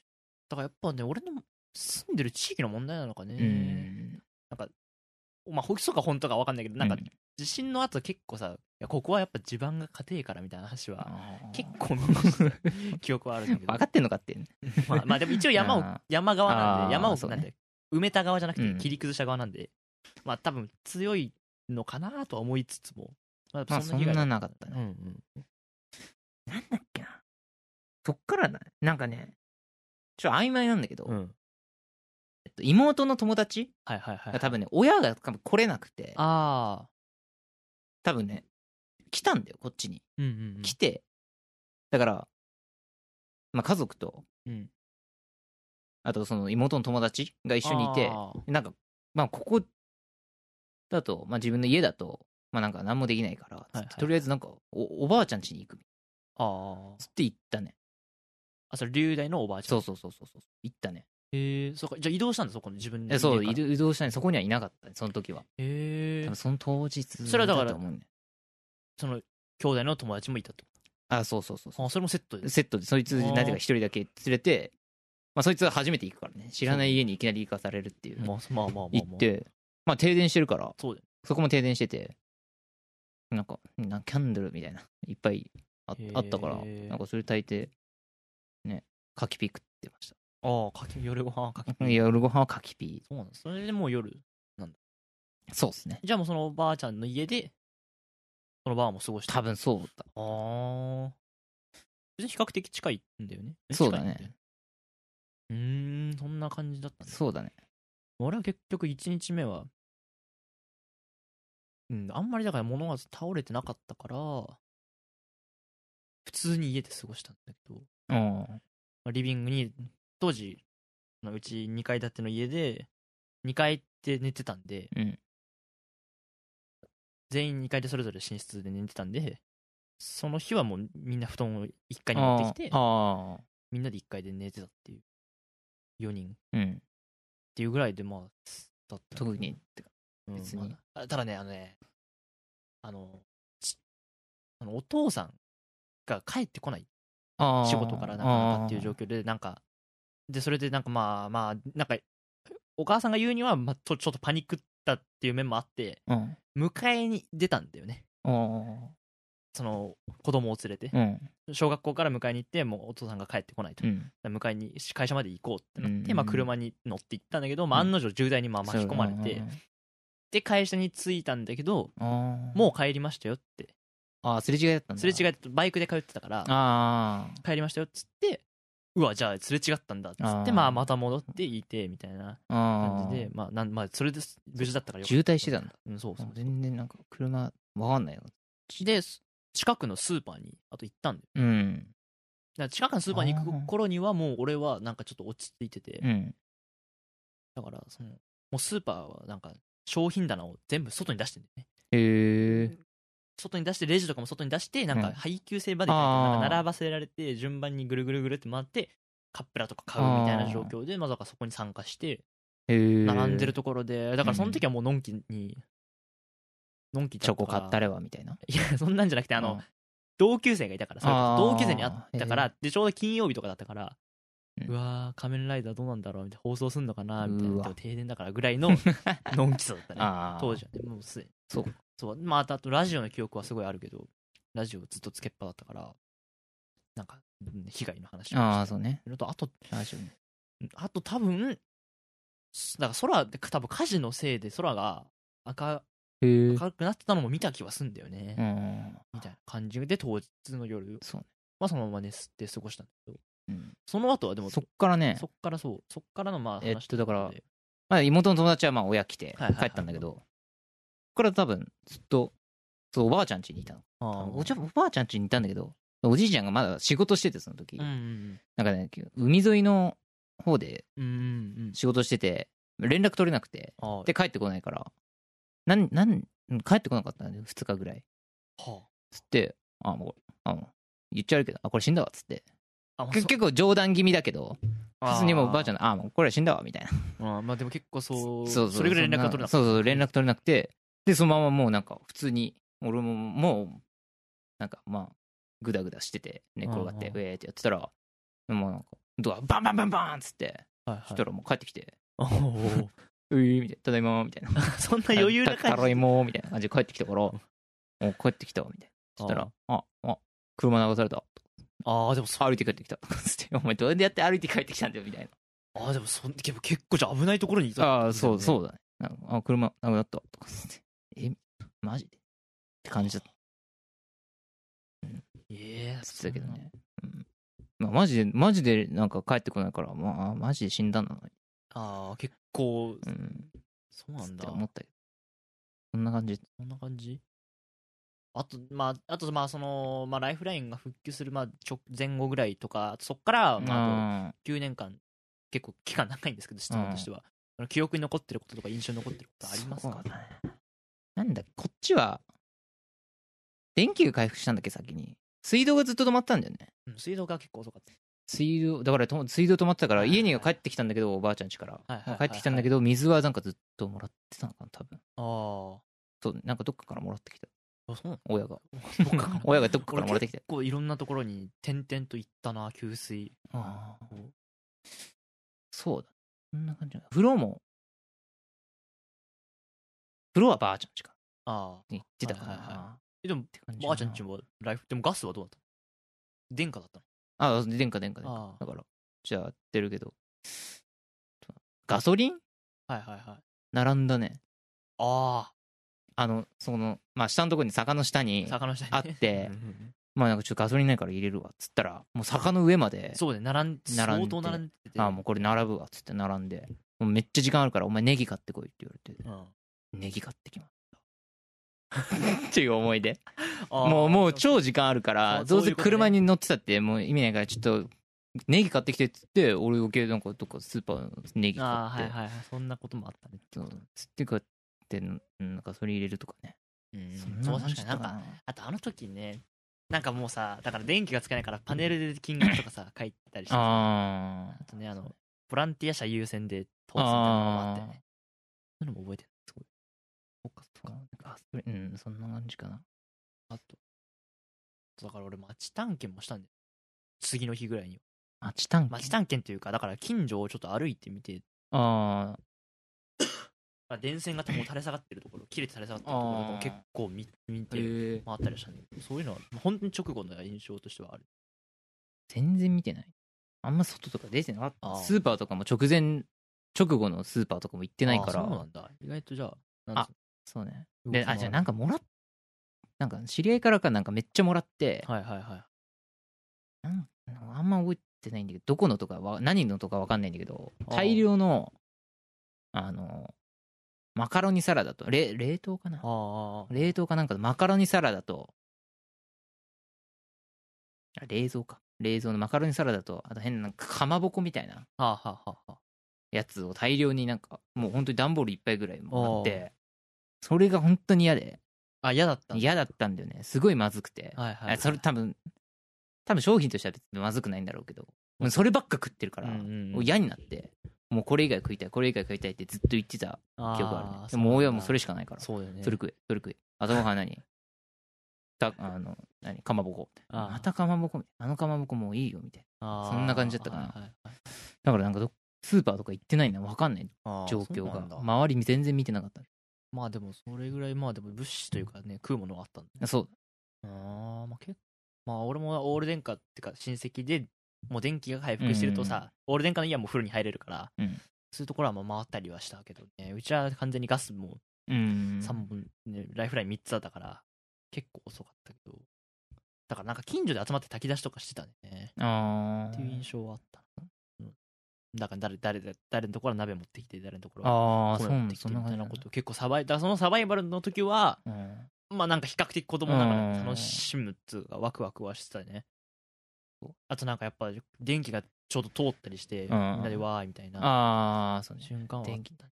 [SPEAKER 1] だからやっぱね俺の住んでる地域の問題なのか
[SPEAKER 2] う
[SPEAKER 1] ね
[SPEAKER 2] ん。
[SPEAKER 1] まあほそか本当か分かんないけどなんか
[SPEAKER 2] うん
[SPEAKER 1] 地震の後結構さいやここはやっぱ地盤が硬いからみたいな話は結
[SPEAKER 2] 結構
[SPEAKER 1] 構見ました記憶はあるんだけど
[SPEAKER 2] 分かってんのかって。
[SPEAKER 1] まあ、まあでも一応山を
[SPEAKER 2] あー
[SPEAKER 1] 山側なん
[SPEAKER 2] あー
[SPEAKER 1] で山を
[SPEAKER 2] そう
[SPEAKER 1] な
[SPEAKER 2] ね
[SPEAKER 1] んで、埋めた側じゃなく
[SPEAKER 2] うん
[SPEAKER 1] て切り崩した側なんで、まあ多分強いのかなとは思いつつも、まあ
[SPEAKER 2] まあそんななかった
[SPEAKER 1] う
[SPEAKER 2] ね
[SPEAKER 1] ん。うん
[SPEAKER 2] なんだっけな。そっからな、なんかね、ちょっと曖昧なんだけど、
[SPEAKER 1] うん
[SPEAKER 2] えっと妹の友達
[SPEAKER 1] はいはいはい
[SPEAKER 2] が多分ね、親が多分来れなくて、
[SPEAKER 1] ああ
[SPEAKER 2] 多分ね、来たんだよ、こっちに。
[SPEAKER 1] うんうんうん
[SPEAKER 2] 来て、だから、まあ家族と、
[SPEAKER 1] うん
[SPEAKER 2] あとその妹の友達が一緒にいて、
[SPEAKER 1] あー
[SPEAKER 2] なんか、まあここだと、まあ自分の家だと、まあなんか何もできないから、つって
[SPEAKER 1] はいはい
[SPEAKER 2] とりあえずなんかお、おばあちゃん家に行く。
[SPEAKER 1] あー
[SPEAKER 2] つって行ったね。
[SPEAKER 1] あそれ龍大のおばあちゃん
[SPEAKER 2] そうそうそうそうそう。行ったね。
[SPEAKER 1] へえそうかじゃあ移動したんだそこに自分で
[SPEAKER 2] えそう、
[SPEAKER 1] 家
[SPEAKER 2] 移
[SPEAKER 1] から
[SPEAKER 2] 動移動したね。そこにはいなかったね、その時は。
[SPEAKER 1] へ
[SPEAKER 2] 多
[SPEAKER 1] え
[SPEAKER 2] 分その当日。
[SPEAKER 1] それはだから
[SPEAKER 2] と思うね。
[SPEAKER 1] その兄弟の友達もいたと
[SPEAKER 2] あ、そうそうそうそ
[SPEAKER 1] あそれもセットで
[SPEAKER 2] う。セットで、そいつ、なぜか一人だけ連れて、まあそいつは初めて行くからね。知らない家にいきなり行かされるっていう。
[SPEAKER 1] まあまあまあまあまあ
[SPEAKER 2] 行って、まあ停電してるから、
[SPEAKER 1] そうだよ
[SPEAKER 2] そこも停電してて、なんか、なキャンドルみたいな、いっぱいあ
[SPEAKER 1] へー
[SPEAKER 2] あったから、なんかそれ炊いて、ね、カキピ食ってまし
[SPEAKER 1] ああかき夜ご飯はかき
[SPEAKER 2] た。夜ご飯はカキピ。
[SPEAKER 1] そうなんだそれでもう夜
[SPEAKER 2] そうですね。
[SPEAKER 1] じゃあもうそのおばあちゃんの家で、そのバーも過ごした。
[SPEAKER 2] 多分そうだ。
[SPEAKER 1] あー。別に比較的近いんだよね。
[SPEAKER 2] そうだね
[SPEAKER 1] 近いんよ。うーん、そんな感じだったんだ。
[SPEAKER 2] そうだね。
[SPEAKER 1] 俺は結局1日目は、うん、あんまりだから物が倒れてなかったから、普通に家で過ごしたんだけど、
[SPEAKER 2] うん。
[SPEAKER 1] まあ、リビングに、当時、まあうち2階建ての家で、2階って寝てたんで、
[SPEAKER 2] うん
[SPEAKER 1] 全員2階でそれぞれ寝室で寝てたんで、その日はもうみんな布団を1階に持ってきて、
[SPEAKER 2] ああ。
[SPEAKER 1] みんなで1階で寝てたっていう、4人っ
[SPEAKER 2] うん。
[SPEAKER 1] ていうぐらいで、まあ、だった
[SPEAKER 2] 特に、てか
[SPEAKER 1] うん
[SPEAKER 2] 別に
[SPEAKER 1] まああただね、あのね、あの、ちあのお父さんが帰ってこない。
[SPEAKER 2] あー
[SPEAKER 1] 仕事からなかなかっていう状況で、なんか、で、それでなんかまあまあ、なんか、お母さんが言うには、まあ、とちょっとパニックったっていう面もあって、
[SPEAKER 2] あーうん。
[SPEAKER 1] 迎えに出たんだよね。
[SPEAKER 2] あ
[SPEAKER 1] その、子供を連れて
[SPEAKER 2] あ。。うん。
[SPEAKER 1] 小学校から迎えに行って、もうお父さんが帰ってこないと。
[SPEAKER 2] うん。
[SPEAKER 1] 迎えに、会社まで行こうってなっ
[SPEAKER 2] う
[SPEAKER 1] て、
[SPEAKER 2] ん
[SPEAKER 1] まあ、車に乗って行ったんだけど、まあ、
[SPEAKER 2] うん
[SPEAKER 1] 案の定重大にまあ巻き込まれ
[SPEAKER 2] う
[SPEAKER 1] て
[SPEAKER 2] ん、。
[SPEAKER 1] で、会社に着いたんだけど、
[SPEAKER 2] も
[SPEAKER 1] もう帰りましたよって。
[SPEAKER 2] うん、ああ、すれ違いだったんだ。
[SPEAKER 1] すれ違い、バイクで通ってたから、
[SPEAKER 2] あ
[SPEAKER 1] 帰りましたよっつってうわじゃあすれ違ったんだっつ
[SPEAKER 2] あ
[SPEAKER 1] って
[SPEAKER 2] ー
[SPEAKER 1] まあまた戻っていてみたいな
[SPEAKER 2] あ。ああ
[SPEAKER 1] 感。じでまあなんまあそれで無事だったからよかった
[SPEAKER 2] 渋滞してたんだ。
[SPEAKER 1] うんそうそう
[SPEAKER 2] 全然なんか、車、わかんないよ。
[SPEAKER 1] です近くのスーパーにあと行ったんだよ
[SPEAKER 2] うん。
[SPEAKER 1] だから近くのスーパーに行く頃にはもう俺はなんかちょっと落ち着いてて
[SPEAKER 2] うん。
[SPEAKER 1] だからそのもうスーパーはなんか商品棚を全部外に出してんだよね
[SPEAKER 2] へえ。
[SPEAKER 1] 外に出してレジとかも外に出してなん
[SPEAKER 2] うん
[SPEAKER 1] か配給制まで行かない
[SPEAKER 2] あー
[SPEAKER 1] となんか並ばせられて順番にぐるぐるぐるって回ってカップラとか買うみたいな状況でまさかそこに参加して
[SPEAKER 2] へえ。
[SPEAKER 1] 並んでるところでだからその時はもうのんきに、のんき
[SPEAKER 2] チョコ買った
[SPEAKER 1] ら
[SPEAKER 2] れば、みたいな。
[SPEAKER 1] いやそんなんじゃなくてあの、
[SPEAKER 2] うん、
[SPEAKER 1] 同級生がいたからそれこ
[SPEAKER 2] あー
[SPEAKER 1] そ同級生に会ったか
[SPEAKER 2] へ
[SPEAKER 1] らでちょうど金曜日とかだったから、
[SPEAKER 2] う
[SPEAKER 1] うんわー仮面ライダーどうなんだろうみたいな放送すんのかなみたいうな
[SPEAKER 2] わ
[SPEAKER 1] でも停電だからぐらい ののんきさだったね
[SPEAKER 2] ああ。
[SPEAKER 1] 当時はねもうすでに
[SPEAKER 2] そう
[SPEAKER 1] そうまああとあとラジオの記憶はすごいあるけどラジオずっとつけっぱだったからなんかうん被害の話とか
[SPEAKER 2] ああ、
[SPEAKER 1] して
[SPEAKER 2] そうね。
[SPEAKER 1] あとあと
[SPEAKER 2] ラジオね
[SPEAKER 1] あと多分、すだから空って多分火事のせいで空が赤
[SPEAKER 2] へえ。
[SPEAKER 1] 赤くなってたのも見た気はすんだよ
[SPEAKER 2] う
[SPEAKER 1] ね。
[SPEAKER 2] ん。
[SPEAKER 1] みたいな感じで当日の夜
[SPEAKER 2] そうね。
[SPEAKER 1] はそのまま寝すって過ごしたんだけど、
[SPEAKER 2] うん
[SPEAKER 1] その後はでも、
[SPEAKER 2] そ
[SPEAKER 1] そ
[SPEAKER 2] っからね、
[SPEAKER 1] っからそう、そっからのまあ話
[SPEAKER 2] えっとだから
[SPEAKER 1] で
[SPEAKER 2] まあ、妹の友達はまあ親来
[SPEAKER 1] は
[SPEAKER 2] て
[SPEAKER 1] いはいはい
[SPEAKER 2] 帰ったんだけど、ここから多分ずっとそうおばあちゃん家にいたの
[SPEAKER 1] ああ
[SPEAKER 2] おじゃおばあちゃん家にいたんだけどおじいちゃんがまだ仕事しててその時、
[SPEAKER 1] うんうん
[SPEAKER 2] なんかね海沿いの方で
[SPEAKER 1] うん。うんうんうん。
[SPEAKER 2] 仕事してて連絡取れなくて
[SPEAKER 1] ああ
[SPEAKER 2] で、帰ってこないからなんなん帰ってこなかったんだよ2日ぐらい
[SPEAKER 1] は
[SPEAKER 2] つってあもうあもう言っちゃうけどあこれ死んだわっつって
[SPEAKER 1] あ、あまあ
[SPEAKER 2] け
[SPEAKER 1] そ
[SPEAKER 2] 結構冗談気味だけど普通にもうおばあちゃん
[SPEAKER 1] ん
[SPEAKER 2] のあもうこれは死んだわみたいな
[SPEAKER 1] ああまあでも結構そう、
[SPEAKER 2] そうそう
[SPEAKER 1] れぐらい連絡が取れなかった。
[SPEAKER 2] そうそう連絡取れなくてでそのままもうなんか普通に俺ももうなんかまあグダグダしてて寝転がってウ
[SPEAKER 1] うんうん
[SPEAKER 2] ェーってやってたらもうなんかドアバンバンバンバンっつって
[SPEAKER 1] はいはい
[SPEAKER 2] そしたらもう帰ってきて
[SPEAKER 1] おお
[SPEAKER 2] ういみたいな、ただいま、みたいな。
[SPEAKER 1] そんな 余裕な
[SPEAKER 2] た
[SPEAKER 1] 感
[SPEAKER 2] ただいま、みたいな感じで帰ってきたから、 お帰ってきたわ、みたいな。そしたら、あ、あ、車流された。
[SPEAKER 1] ああでもそ
[SPEAKER 2] 歩いて帰ってきた。つって、お 前どうやって歩いて帰ってきたんだよ、みたい
[SPEAKER 1] ああでもそんでも結構じゃあ危ないところにいた
[SPEAKER 2] な。ああ、そう、
[SPEAKER 1] う
[SPEAKER 2] そうだね。なんかあ、車なくなった。とかつって。え、マジでって感じだった。
[SPEAKER 1] ええ
[SPEAKER 2] つってたけどね。うん。まあ、マジで、マジでなんか帰ってこないから、まあ、マジで死んだんだな。
[SPEAKER 1] ああ結構
[SPEAKER 2] うん。
[SPEAKER 1] そうなん
[SPEAKER 2] つっ
[SPEAKER 1] だ
[SPEAKER 2] て思ったけど。そんな感じ。
[SPEAKER 1] そんな感じあと、まあ、あと、まあ、その、まあ、ライフラインが復旧する、まあ、直前後ぐらいとか、そっから、まあ、
[SPEAKER 2] あ
[SPEAKER 1] あと9年間、結構期間長いんですけど、質問としては。その記憶に残ってることとか、印象に残ってることあります
[SPEAKER 2] そ
[SPEAKER 1] か
[SPEAKER 2] うだねなんだこっちは電気が回復したんだっけ先に水道がずっと止まってたんだよね
[SPEAKER 1] うん水道が結構遅かった。
[SPEAKER 2] 水道だからと水道止まってたから
[SPEAKER 1] はいはい
[SPEAKER 2] 家には帰ってきたんだけどおばあちゃん家から、
[SPEAKER 1] はいはいはい
[SPEAKER 2] 帰ってきたんだけど水はなんかずっともらってたのかな多分
[SPEAKER 1] あ
[SPEAKER 2] そうなんかどっかからもらってきた
[SPEAKER 1] あ。そうな
[SPEAKER 2] 親 が
[SPEAKER 1] の僕から
[SPEAKER 2] 親がどっかからもらってきた
[SPEAKER 1] 結構いろんなところに点々と行ったな、給水。
[SPEAKER 2] ああそうだそんな感じ風呂も風呂はばあちゃん家か
[SPEAKER 1] ああ。
[SPEAKER 2] に行ってたから
[SPEAKER 1] はいはい
[SPEAKER 2] な
[SPEAKER 1] は
[SPEAKER 2] っ
[SPEAKER 1] えでも、
[SPEAKER 2] て感じだな
[SPEAKER 1] ばあちゃんちもライフ、でもガスはどうだったの電化だったの
[SPEAKER 2] あ、殿下殿下殿
[SPEAKER 1] あ
[SPEAKER 2] 下。
[SPEAKER 1] あ
[SPEAKER 2] だから、じゃあやってるけど。ガソリン
[SPEAKER 1] はいはいはい。
[SPEAKER 2] 並んだね。
[SPEAKER 1] あ
[SPEAKER 2] あの、その、まあ、下のとこに坂の下
[SPEAKER 1] あ、
[SPEAKER 2] に
[SPEAKER 1] 坂の下にね
[SPEAKER 2] あって
[SPEAKER 1] うんう、んうん
[SPEAKER 2] まあ、なんかちょっとガソリンないから入れるわ、っつったら、もう坂の上まで、
[SPEAKER 1] そうね、並ん
[SPEAKER 2] 並んで
[SPEAKER 1] 相当並んでて。
[SPEAKER 2] あもうこれ並ぶわ、っつって並んで、もうめっちゃ時間あるから、お前ネギ買ってこいって言われて、
[SPEAKER 1] うん、
[SPEAKER 2] ネギ買ってきました。っていう思い出。
[SPEAKER 1] あー
[SPEAKER 2] もう、もう超時間あるから、
[SPEAKER 1] そ
[SPEAKER 2] ど
[SPEAKER 1] う
[SPEAKER 2] う
[SPEAKER 1] そうい
[SPEAKER 2] せ
[SPEAKER 1] うことね
[SPEAKER 2] 車に乗ってたって、もう意味ないから、ちょっと、ネギ買ってきてっつって、俺余計なんかどっかスーパーのネギ買
[SPEAKER 1] あ
[SPEAKER 2] っ
[SPEAKER 1] ー
[SPEAKER 2] て
[SPEAKER 1] はい、はいはい。そんなこともあったね。
[SPEAKER 2] そう釣ってかってんなんかそれ入れるとかね、
[SPEAKER 1] うん
[SPEAKER 2] そんな
[SPEAKER 1] そう、
[SPEAKER 2] 話
[SPEAKER 1] 確かになん
[SPEAKER 2] した
[SPEAKER 1] か、あとあの時ね、なんかもうさ、だから電気がつかないからパネルで金額とかさ、書いたりしてさ、
[SPEAKER 2] あ
[SPEAKER 1] あとね、あの、ボランティア者優先で
[SPEAKER 2] あ
[SPEAKER 1] 通すみたいなのもあってね。そういうのも覚えてる。すごい。そっかそっか。
[SPEAKER 2] あそれうんそんな感じかな
[SPEAKER 1] あと、だから俺町探検もしたんだよ。次の日ぐらいには。
[SPEAKER 2] 町探検
[SPEAKER 1] 町探検というか、だから近所をちょっと歩いてみて、
[SPEAKER 2] あ
[SPEAKER 1] まあ電線が もう垂れ下がってるところ、切れて垂れ下がってるところとかも結構見見
[SPEAKER 2] あ
[SPEAKER 1] て、回ったりしたんだけどそういうのは本当に直後の印象としてはある
[SPEAKER 2] 全然見てないあんま外とか出てなかっ
[SPEAKER 1] あ
[SPEAKER 2] た
[SPEAKER 1] ー
[SPEAKER 2] スーパーとかも直前直後のスーパーとかも行ってないから
[SPEAKER 1] あそうなんだ意外とじゃあなんつ
[SPEAKER 2] そうね
[SPEAKER 1] うの
[SPEAKER 2] であじゃあなんかもらっなんか知り合いからかなんかめっちゃもらって、
[SPEAKER 1] はいはいはい
[SPEAKER 2] なんあんま覚えてないんだけどどこのとかは何のとかわかんないんだけど
[SPEAKER 1] あー
[SPEAKER 2] 大量のあのマカロニサラダとれ冷凍かな
[SPEAKER 1] あ
[SPEAKER 2] 冷凍かなんかのマカロニサラダとあ冷蔵か冷蔵のマカロニサラダとあと変ななんかかまぼこみたいな
[SPEAKER 1] あはあはあはあは
[SPEAKER 2] やつを大量になんかもう本当に段ボールいっぱいぐらいもらってそれが本当に嫌で
[SPEAKER 1] ああ嫌だったんだ
[SPEAKER 2] 嫌だったんだよねすごいまずくて、
[SPEAKER 1] はいはい、は
[SPEAKER 2] あ
[SPEAKER 1] い、
[SPEAKER 2] それ多分多分商品としては別にまずくないんだろうけどもうそればっか食ってるから、
[SPEAKER 1] うんうんうん
[SPEAKER 2] もう嫌になってもうこれ以外食いたいこれ以外食いたいってずっと言ってた記憶あるね
[SPEAKER 1] ー
[SPEAKER 2] でも親もそれ
[SPEAKER 1] し
[SPEAKER 2] しかないからそ,、
[SPEAKER 1] そうだよね
[SPEAKER 2] れ食えそれ食えあとご飯何たあの何かまぼこ
[SPEAKER 1] あー
[SPEAKER 2] またかまぼこあのかまぼこもういいよみたい
[SPEAKER 1] あー
[SPEAKER 2] そんな感じだったかな
[SPEAKER 1] はいはいはい
[SPEAKER 2] なだからなんかどスーパーとか行ってないな分かんない
[SPEAKER 1] あー
[SPEAKER 2] 状況
[SPEAKER 1] そうな
[SPEAKER 2] が
[SPEAKER 1] んだま
[SPEAKER 2] 周り全然見てなかった
[SPEAKER 1] あでもそれぐらいまあでも物資というかね食うものがあったんだね
[SPEAKER 2] そう
[SPEAKER 1] ああまあ結構まあ俺もオール電化ってか親戚でもう電気が回復してるとさ、
[SPEAKER 2] うん
[SPEAKER 1] オール電化の家はもう風呂に入れるから、
[SPEAKER 2] うん
[SPEAKER 1] そういうところはまあ回ったりはしたけどねうちは完全にガスも
[SPEAKER 2] うん
[SPEAKER 1] 3本、ねライフライン3つだったから結構遅かったけどだからなんか近所で集まって炊き出しとかしてたね
[SPEAKER 2] あ
[SPEAKER 1] っていう
[SPEAKER 2] ー
[SPEAKER 1] 印象はあったな、うんだから誰誰だ誰のところは鍋持ってきて誰のところは
[SPEAKER 2] あー
[SPEAKER 1] 米
[SPEAKER 2] そう
[SPEAKER 1] 持っ
[SPEAKER 2] な
[SPEAKER 1] て
[SPEAKER 2] ん
[SPEAKER 1] き
[SPEAKER 2] そ
[SPEAKER 1] て
[SPEAKER 2] んな
[SPEAKER 1] みた
[SPEAKER 2] 感じ
[SPEAKER 1] い
[SPEAKER 2] な
[SPEAKER 1] なんこ
[SPEAKER 2] だ
[SPEAKER 1] と結構サバイだからそのサバイバルの時は
[SPEAKER 2] うん
[SPEAKER 1] まあなんか比較的子供なが
[SPEAKER 2] う
[SPEAKER 1] ら
[SPEAKER 2] ん
[SPEAKER 1] 楽しむっつうかワクワクはしてたねあとなんかやっぱ電気がちょうど通ったりしてみん
[SPEAKER 2] ん
[SPEAKER 1] なでわーいみたいな
[SPEAKER 2] ああそうね
[SPEAKER 1] 瞬間はあっ
[SPEAKER 2] 電気
[SPEAKER 1] た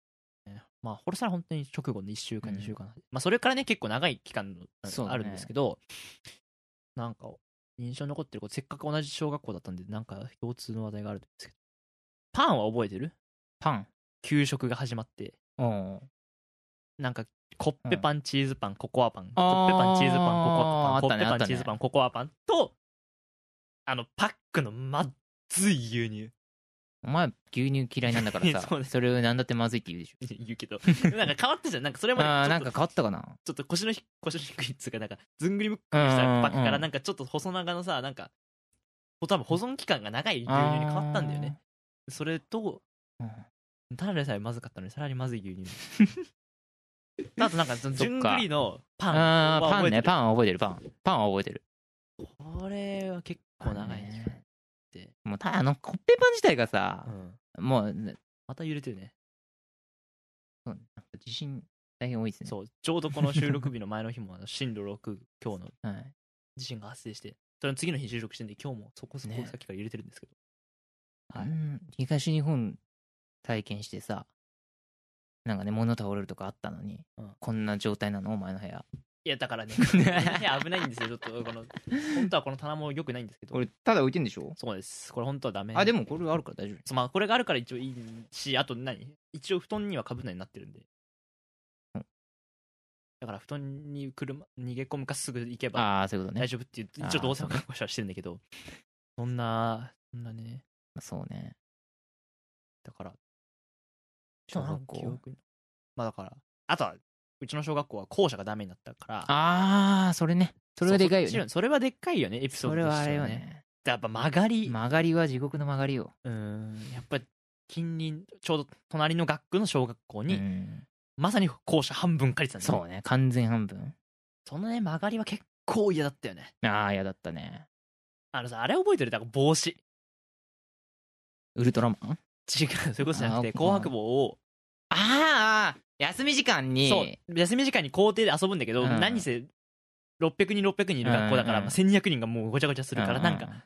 [SPEAKER 1] ねまあこれさら本当に直後の1週間
[SPEAKER 2] うん
[SPEAKER 1] 2週間、まあそれからね結構長い期間のあ
[SPEAKER 2] そうだね
[SPEAKER 1] あるんですけど、なんか印象に残ってることせっかく同じ小学校だったんでなんか共通の話題があるんですけどパンは覚えてる
[SPEAKER 2] パン
[SPEAKER 1] 給食が始まって
[SPEAKER 2] うん
[SPEAKER 1] なんかコッペパンチーズパン、ココアパンコ
[SPEAKER 2] あー
[SPEAKER 1] ッペパンチーズパンココアパ
[SPEAKER 2] あ
[SPEAKER 1] ン
[SPEAKER 2] っ
[SPEAKER 1] コ
[SPEAKER 2] た
[SPEAKER 1] ッ
[SPEAKER 2] ね
[SPEAKER 1] ペ
[SPEAKER 2] あ
[SPEAKER 1] パ
[SPEAKER 2] っ
[SPEAKER 1] ン
[SPEAKER 2] たね
[SPEAKER 1] チーズパンココアパンとあのパックのまっずい牛乳
[SPEAKER 2] お前牛乳嫌いなんだからさ
[SPEAKER 1] そう
[SPEAKER 2] そ,、
[SPEAKER 1] です
[SPEAKER 2] れを何だってまずいって言うでしょ
[SPEAKER 1] 言う けどなんか変わったじゃんなんかそれまで
[SPEAKER 2] あ
[SPEAKER 1] ち
[SPEAKER 2] ー
[SPEAKER 1] ょ
[SPEAKER 2] な
[SPEAKER 1] っ
[SPEAKER 2] ん
[SPEAKER 1] と
[SPEAKER 2] か変わったかな
[SPEAKER 1] ちょっと腰のひ腰の低いっつうかなんかずんぐりむっく
[SPEAKER 2] うん
[SPEAKER 1] り
[SPEAKER 2] うん
[SPEAKER 1] し
[SPEAKER 2] う
[SPEAKER 1] た
[SPEAKER 2] ん
[SPEAKER 1] ばっかからなんかちょっと細長のさなんかほ多分保存期間が長い牛乳に変わったんだよねそれと
[SPEAKER 2] あー、
[SPEAKER 1] ただでさえまずかったのにさらにまずい牛乳 あとなんかその
[SPEAKER 2] そ
[SPEAKER 1] ず
[SPEAKER 2] っか
[SPEAKER 1] んぐりのパン
[SPEAKER 2] あー
[SPEAKER 1] は
[SPEAKER 2] パ
[SPEAKER 1] 覚
[SPEAKER 2] ン
[SPEAKER 1] えて
[SPEAKER 2] ね
[SPEAKER 1] る
[SPEAKER 2] パンは覚えてるパンパンは覚えてる
[SPEAKER 1] これは結構長いね
[SPEAKER 2] ねもうたあのコッペパン自体がさ
[SPEAKER 1] う、ん
[SPEAKER 2] もうね
[SPEAKER 1] また揺れてるね
[SPEAKER 2] そうなんか地震大変多いですね
[SPEAKER 1] そうちょうどこの収録日の前の日もあの震度6強の
[SPEAKER 2] はい、
[SPEAKER 1] 地震が発生してそれの次の日収録してんで今日もそこそこ
[SPEAKER 2] ね
[SPEAKER 1] さっきから揺れてるんですけど、
[SPEAKER 2] あん東日本体験してさなんかね物倒れるとかあったのに、
[SPEAKER 1] うん
[SPEAKER 2] こんな状態なのお前の部屋
[SPEAKER 1] いやだから ねこの部屋危ないんですよちょっとこの本当はこの棚も良くないんですけど
[SPEAKER 2] 俺ただ置いてんでしょ
[SPEAKER 1] そうですこれ本当はダメ
[SPEAKER 2] あでもこれあるから大丈夫
[SPEAKER 1] そうまあこれがあるから一応いいしあと何一応布団にはかぶんないようになってるんで、
[SPEAKER 2] うん
[SPEAKER 1] だから布団に車逃げ込むかすぐ行けば
[SPEAKER 2] ああそういうことね
[SPEAKER 1] 大丈夫っていう
[SPEAKER 2] あー
[SPEAKER 1] 一応どうせ覚悟はしてるんだけどそんなそんなね
[SPEAKER 2] そうね
[SPEAKER 1] だから
[SPEAKER 2] 小学校
[SPEAKER 1] 記憶にまあだからあとはうちの小学校は校舎がダメになったから
[SPEAKER 2] ああそれねそれはでかいよ
[SPEAKER 1] そうこ
[SPEAKER 2] ね
[SPEAKER 1] っちのそれはでっかいよねエピソ
[SPEAKER 2] そ
[SPEAKER 1] ー
[SPEAKER 2] れ
[SPEAKER 1] ドと
[SPEAKER 2] は
[SPEAKER 1] し
[SPEAKER 2] あ
[SPEAKER 1] て
[SPEAKER 2] れ
[SPEAKER 1] は
[SPEAKER 2] よ
[SPEAKER 1] ね
[SPEAKER 2] ね
[SPEAKER 1] やっぱ曲がり
[SPEAKER 2] 曲がりは地獄の曲がりよ
[SPEAKER 1] うーんやっぱ近隣ちょうど隣の学区の小学校に、
[SPEAKER 2] うん
[SPEAKER 1] まさに校舎半分借りてたんだよ
[SPEAKER 2] そうね完全半分
[SPEAKER 1] そのね曲がりは結構嫌だったよね
[SPEAKER 2] ああ嫌だったね
[SPEAKER 1] あのさあれ覚えてるだから帽 子違
[SPEAKER 2] ウルトラマンあ
[SPEAKER 1] うそういうことじゃなく
[SPEAKER 2] あ
[SPEAKER 1] て紅白帽を
[SPEAKER 2] あ休み時間に
[SPEAKER 1] そう休み時間に校庭で遊ぶんだけど、
[SPEAKER 2] うん
[SPEAKER 1] 何せ600人600人いる学校だから、
[SPEAKER 2] うん
[SPEAKER 1] まあ、1200人がもうごちゃごちゃするから、なんか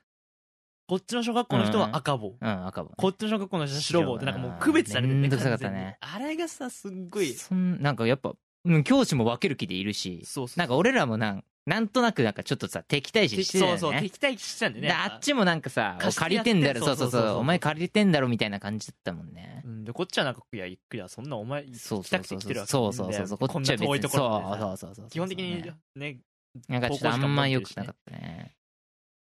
[SPEAKER 1] こっちの小学校の人は赤帽、
[SPEAKER 2] うん赤
[SPEAKER 1] こ
[SPEAKER 2] 羽
[SPEAKER 1] っちの小学校の人は白棒ってなんかもう区別されてる
[SPEAKER 2] め
[SPEAKER 1] ね
[SPEAKER 2] んどくさかった
[SPEAKER 1] 完全に
[SPEAKER 2] ね
[SPEAKER 1] あれがさすっごい
[SPEAKER 2] そんなんかやっぱうん教師も分ける気でいるし
[SPEAKER 1] そうそう
[SPEAKER 2] なんか俺らもなんなんとなくなんかちょっとさ敵対視してたよ
[SPEAKER 1] そう
[SPEAKER 2] ね
[SPEAKER 1] そう敵対してたんだよ
[SPEAKER 2] で
[SPEAKER 1] ね
[SPEAKER 2] あっちもなんかさ
[SPEAKER 1] 貸して
[SPEAKER 2] 借りてん
[SPEAKER 1] や
[SPEAKER 2] だろ
[SPEAKER 1] って
[SPEAKER 2] そう
[SPEAKER 1] る
[SPEAKER 2] そう
[SPEAKER 1] そうそう
[SPEAKER 2] そ
[SPEAKER 1] そうう
[SPEAKER 2] お前借りてんだろみたいな感じだったもんね
[SPEAKER 1] うんでこっちはなんかいやいくらそんなお前行
[SPEAKER 2] そう
[SPEAKER 1] き
[SPEAKER 2] そ
[SPEAKER 1] た
[SPEAKER 2] う
[SPEAKER 1] く
[SPEAKER 2] そ
[SPEAKER 1] て来て
[SPEAKER 2] うそう
[SPEAKER 1] るわけ
[SPEAKER 2] そうそうそうこっちは別
[SPEAKER 1] こんな遠い
[SPEAKER 2] に
[SPEAKER 1] ところ
[SPEAKER 2] そう
[SPEAKER 1] でさ
[SPEAKER 2] そうそうそう
[SPEAKER 1] 基本的に
[SPEAKER 2] そうね
[SPEAKER 1] ね
[SPEAKER 2] なんかちょっとあんま良くなかったね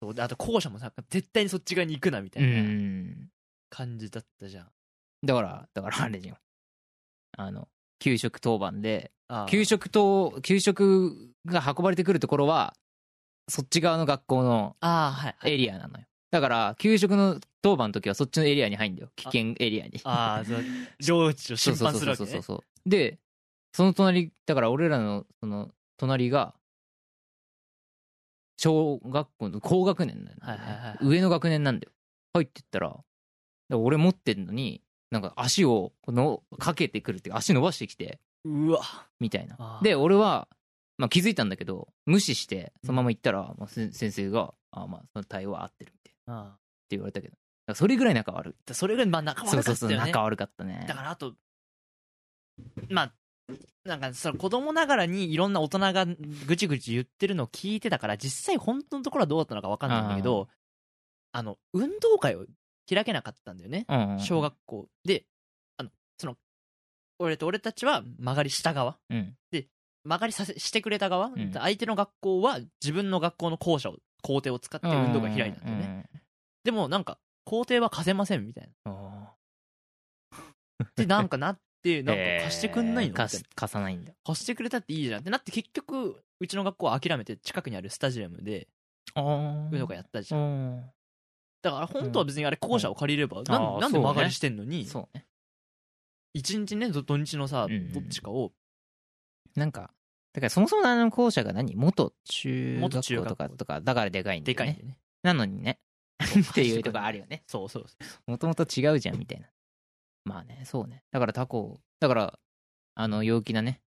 [SPEAKER 1] そうであと校舎もさ絶対にそっち側に行くなみた
[SPEAKER 2] う
[SPEAKER 1] いなん感じだったじゃん
[SPEAKER 2] だからだからあれじゃんあの給食当番で
[SPEAKER 1] ああ
[SPEAKER 2] 給食と給食が運ばれてくるところはそっち側の学校の
[SPEAKER 1] ああはいはい
[SPEAKER 2] エリアなのよだから給食の当番の時はそっちのエリアに入んだよ危険エリアに
[SPEAKER 1] ああそう領地を侵
[SPEAKER 2] そうそう
[SPEAKER 1] 犯
[SPEAKER 2] そう
[SPEAKER 1] するわ
[SPEAKER 2] そ
[SPEAKER 1] け
[SPEAKER 2] うそう
[SPEAKER 1] ね
[SPEAKER 2] そうでその隣だから俺らのその隣が小学校の高学年なんだよね、
[SPEAKER 1] はいはいはい
[SPEAKER 2] 上の学年なんだよ入ってったらだから俺持ってんのになんか足をこのかけてくるっていうか足伸ばしてきて
[SPEAKER 1] うわ
[SPEAKER 2] みたいな
[SPEAKER 1] あー
[SPEAKER 2] で俺は、まあ、気づいたんだけど無視してそのまま行ったら、まあ、せ先生が「あーまあその対応は合ってる」みたいな
[SPEAKER 1] ああ
[SPEAKER 2] って言われたけどだからそれぐらい仲悪い、
[SPEAKER 1] でそれぐらいまあ仲
[SPEAKER 2] そう
[SPEAKER 1] 悪
[SPEAKER 2] そ
[SPEAKER 1] かった
[SPEAKER 2] うそ
[SPEAKER 1] よ
[SPEAKER 2] う
[SPEAKER 1] ね
[SPEAKER 2] 仲悪かったね
[SPEAKER 1] だからあとまあなんかその子供ながらにいろんな大人がぐちぐち言ってるのを聞いてたから実際本当のところはどうだったのか分かんないんだけどあの運動会を開けなかったんだよね
[SPEAKER 2] うんうん
[SPEAKER 1] 小学校であのその俺と俺たちは曲がりした側
[SPEAKER 2] うん
[SPEAKER 1] 曲がりさせしてくれた側、
[SPEAKER 2] ん
[SPEAKER 1] 相手の学校は自分の学校の校舎を校庭を使って運動会開いたんだよね、
[SPEAKER 2] うんうんうん
[SPEAKER 1] でもなんか校庭は貸せませんみたいな
[SPEAKER 2] あ
[SPEAKER 1] でなんかなってなんか貸してくんないの、
[SPEAKER 2] えー
[SPEAKER 1] みたいな
[SPEAKER 2] 貸し貸さないんだ
[SPEAKER 1] 貸してくれたっていいじゃんってなって結局うちの学校は諦めて近くにあるスタジアムで
[SPEAKER 2] あ
[SPEAKER 1] 運動会やったじゃん、だから本当は別にあれ
[SPEAKER 2] ん
[SPEAKER 1] 校舎を借りれば、なん
[SPEAKER 2] あー
[SPEAKER 1] なんで
[SPEAKER 2] そうね
[SPEAKER 1] 曲がりしてんのに、
[SPEAKER 2] そうね
[SPEAKER 1] 一日ねど土日のさ、
[SPEAKER 2] うんうん
[SPEAKER 1] どっちかを
[SPEAKER 2] なんかだからそもそもあの校舎が何元中
[SPEAKER 1] 元
[SPEAKER 2] 学
[SPEAKER 1] 中
[SPEAKER 2] 校
[SPEAKER 1] 学校
[SPEAKER 2] とかとかだからでかいん
[SPEAKER 1] で
[SPEAKER 2] だ
[SPEAKER 1] か
[SPEAKER 2] よね
[SPEAKER 1] いんでね
[SPEAKER 2] なのにね っていうとこある よね
[SPEAKER 1] そうそうそう
[SPEAKER 2] もともと違うじゃんみたいなまあねそうねだから他校だからあの陽気なね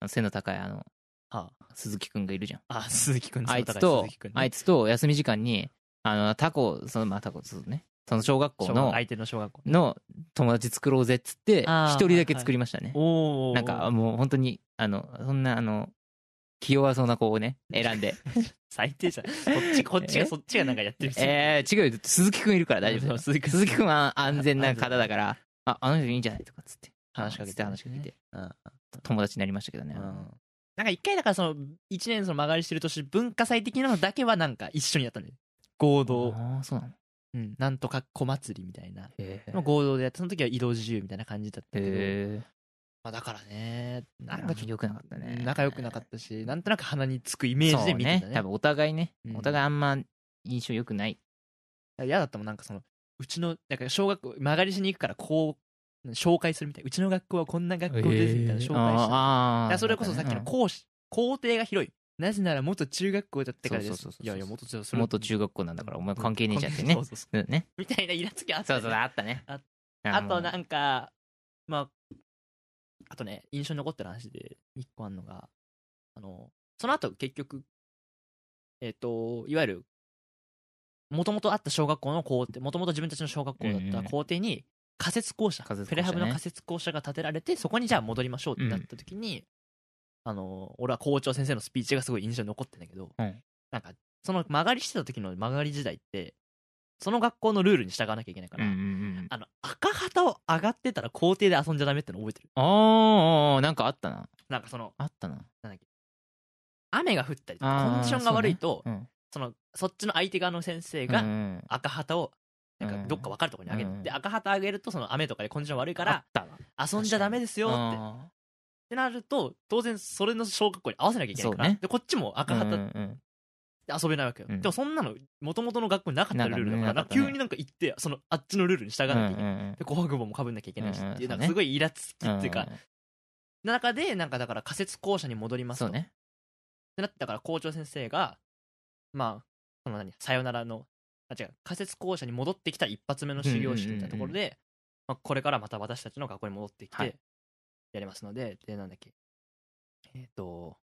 [SPEAKER 2] あの背の高いあの
[SPEAKER 1] は
[SPEAKER 2] 鈴木くんがいるじゃん
[SPEAKER 1] ああ鈴木くん
[SPEAKER 2] あいつ
[SPEAKER 1] そう
[SPEAKER 2] と
[SPEAKER 1] 高、鈴木くんね
[SPEAKER 2] あいつと休み時間にあの他校そのまあ他校そうねその小学校
[SPEAKER 1] 小
[SPEAKER 2] の
[SPEAKER 1] 学相手の小学校
[SPEAKER 2] の友達作ろうぜっつって
[SPEAKER 1] あー
[SPEAKER 2] 一人だけ作りましたね、
[SPEAKER 1] おお
[SPEAKER 2] なんかもう本当にあのそんなあの気弱そうな子をね 選んで
[SPEAKER 1] 最低じゃんこっちこっちが
[SPEAKER 2] え
[SPEAKER 1] そっちがなんかやってる
[SPEAKER 2] えー、違うよ鈴木くんいるから大丈
[SPEAKER 1] そ
[SPEAKER 2] 夫
[SPEAKER 1] う
[SPEAKER 2] だ
[SPEAKER 1] 鈴木
[SPEAKER 2] よ
[SPEAKER 1] くん
[SPEAKER 2] 鈴木くんは安全な方だからああの人いいんじゃないとかっつって
[SPEAKER 1] 話しかけて
[SPEAKER 2] あ話しかけて
[SPEAKER 1] うん
[SPEAKER 2] 友達になりましたけどね、
[SPEAKER 1] うんなんか一回だからその一年その曲がりしてる年文化祭的なのだけはなんか一緒にやったんだよ合同
[SPEAKER 2] ああそうなの
[SPEAKER 1] うん、なんとか小祭りみたいな、
[SPEAKER 2] へえ
[SPEAKER 1] まあ合同でやってその時は移動自由みたいな感じだったけど、
[SPEAKER 2] へ
[SPEAKER 1] まあ、だからね
[SPEAKER 2] え
[SPEAKER 1] なんかちょっと
[SPEAKER 2] 良くなかったね
[SPEAKER 1] 仲良くなかったしなんとなく鼻につくイメージで見てた
[SPEAKER 2] そう
[SPEAKER 1] ね
[SPEAKER 2] 多分お互いね、
[SPEAKER 1] うん
[SPEAKER 2] お互いあんま印象良くない
[SPEAKER 1] 嫌だったもんなんかそのうちのなんか小学校曲がりしに行くからこう紹介するみたいうちの学校はこんな学校ですみたいな紹介して、
[SPEAKER 2] あ
[SPEAKER 1] いやそれこそさっきの
[SPEAKER 2] 元
[SPEAKER 1] 校舎校庭が広いなぜなら元中学校だったからで
[SPEAKER 2] そうそうそう
[SPEAKER 1] す
[SPEAKER 2] そう
[SPEAKER 1] いやいや元中
[SPEAKER 2] 元中
[SPEAKER 1] 学
[SPEAKER 2] 学校なんだからお前関係ねえじゃんって ね
[SPEAKER 1] そうそうそう
[SPEAKER 2] うんね
[SPEAKER 1] みたいなイラつきあった
[SPEAKER 2] そ
[SPEAKER 1] よ
[SPEAKER 2] う
[SPEAKER 1] ね
[SPEAKER 2] そうあったね
[SPEAKER 1] あ
[SPEAKER 2] うん
[SPEAKER 1] あとなんか、まあ、あとね、印象に残ってる話で一個あるのが、あの、その後結局、えっ、と、いわゆる、もともとあった小学校の校庭、もともと自分たちの小学校だ
[SPEAKER 2] うん
[SPEAKER 1] っ
[SPEAKER 2] う
[SPEAKER 1] た
[SPEAKER 2] ん
[SPEAKER 1] 校庭に仮設校舎、
[SPEAKER 2] 仮設
[SPEAKER 1] プ
[SPEAKER 2] 校舎ね
[SPEAKER 1] レハブの仮設校舎が建てられて、そこにじゃあ戻りましょうってなった時に、あの、俺は校長先生のスピーチがすごい印象に残ってんだけど、
[SPEAKER 2] うん
[SPEAKER 1] なんか、その曲がりしてた時の曲がり時代って、その学校のルールに従わなきゃいけないか
[SPEAKER 2] う
[SPEAKER 1] ら、
[SPEAKER 2] んうんうん
[SPEAKER 1] あの、赤旗を上がってたら校庭で遊んじゃダメっての覚えてる。
[SPEAKER 2] あーあーなんかあったな
[SPEAKER 1] なんかその、
[SPEAKER 2] あったな
[SPEAKER 1] 雨が降ったりと
[SPEAKER 2] あ
[SPEAKER 1] か、
[SPEAKER 2] ー
[SPEAKER 1] コンディションが悪いと、
[SPEAKER 2] うん
[SPEAKER 1] その、そっちの相手側の先生
[SPEAKER 2] う
[SPEAKER 1] が
[SPEAKER 2] ん
[SPEAKER 1] 赤旗を、なん
[SPEAKER 2] う
[SPEAKER 1] か
[SPEAKER 2] ん
[SPEAKER 1] どっか分かるところにあげる。
[SPEAKER 2] うん
[SPEAKER 1] で、赤旗あげると、その雨とかでコンディション悪いか
[SPEAKER 2] あっ
[SPEAKER 1] ら、
[SPEAKER 2] たわ
[SPEAKER 1] 遊んじゃダメですよって。っ
[SPEAKER 2] あ
[SPEAKER 1] てなると、当然それの小学校に合わせなきゃいけないから、
[SPEAKER 2] そうね
[SPEAKER 1] で、こっちも
[SPEAKER 2] ー
[SPEAKER 1] 赤旗
[SPEAKER 2] う
[SPEAKER 1] で
[SPEAKER 2] んうん
[SPEAKER 1] 遊べないわけよ。
[SPEAKER 2] うん
[SPEAKER 1] でもそんなの、元々の学校になかったルールだから、
[SPEAKER 2] なかったねなかったね
[SPEAKER 1] 急になんか行って、その、あっちのルールに従わなきゃいけない。で、紅白帽もかぶんなきゃいけないしっていう、
[SPEAKER 2] うんうん
[SPEAKER 1] なんかすごいイラつき
[SPEAKER 2] うん
[SPEAKER 1] っていうか、
[SPEAKER 2] ん
[SPEAKER 1] 中で、なんかだから仮設校舎に戻ります
[SPEAKER 2] そ
[SPEAKER 1] と。
[SPEAKER 2] うね
[SPEAKER 1] ってなってだから校長先生がまあその何さよならのあ違う仮設校舎に戻ってきた一発目の修行師といったところで、まあ、これからまた私たちの学校に戻ってき
[SPEAKER 2] は
[SPEAKER 1] て
[SPEAKER 2] い
[SPEAKER 1] やりますので、でなんだっけえっ、と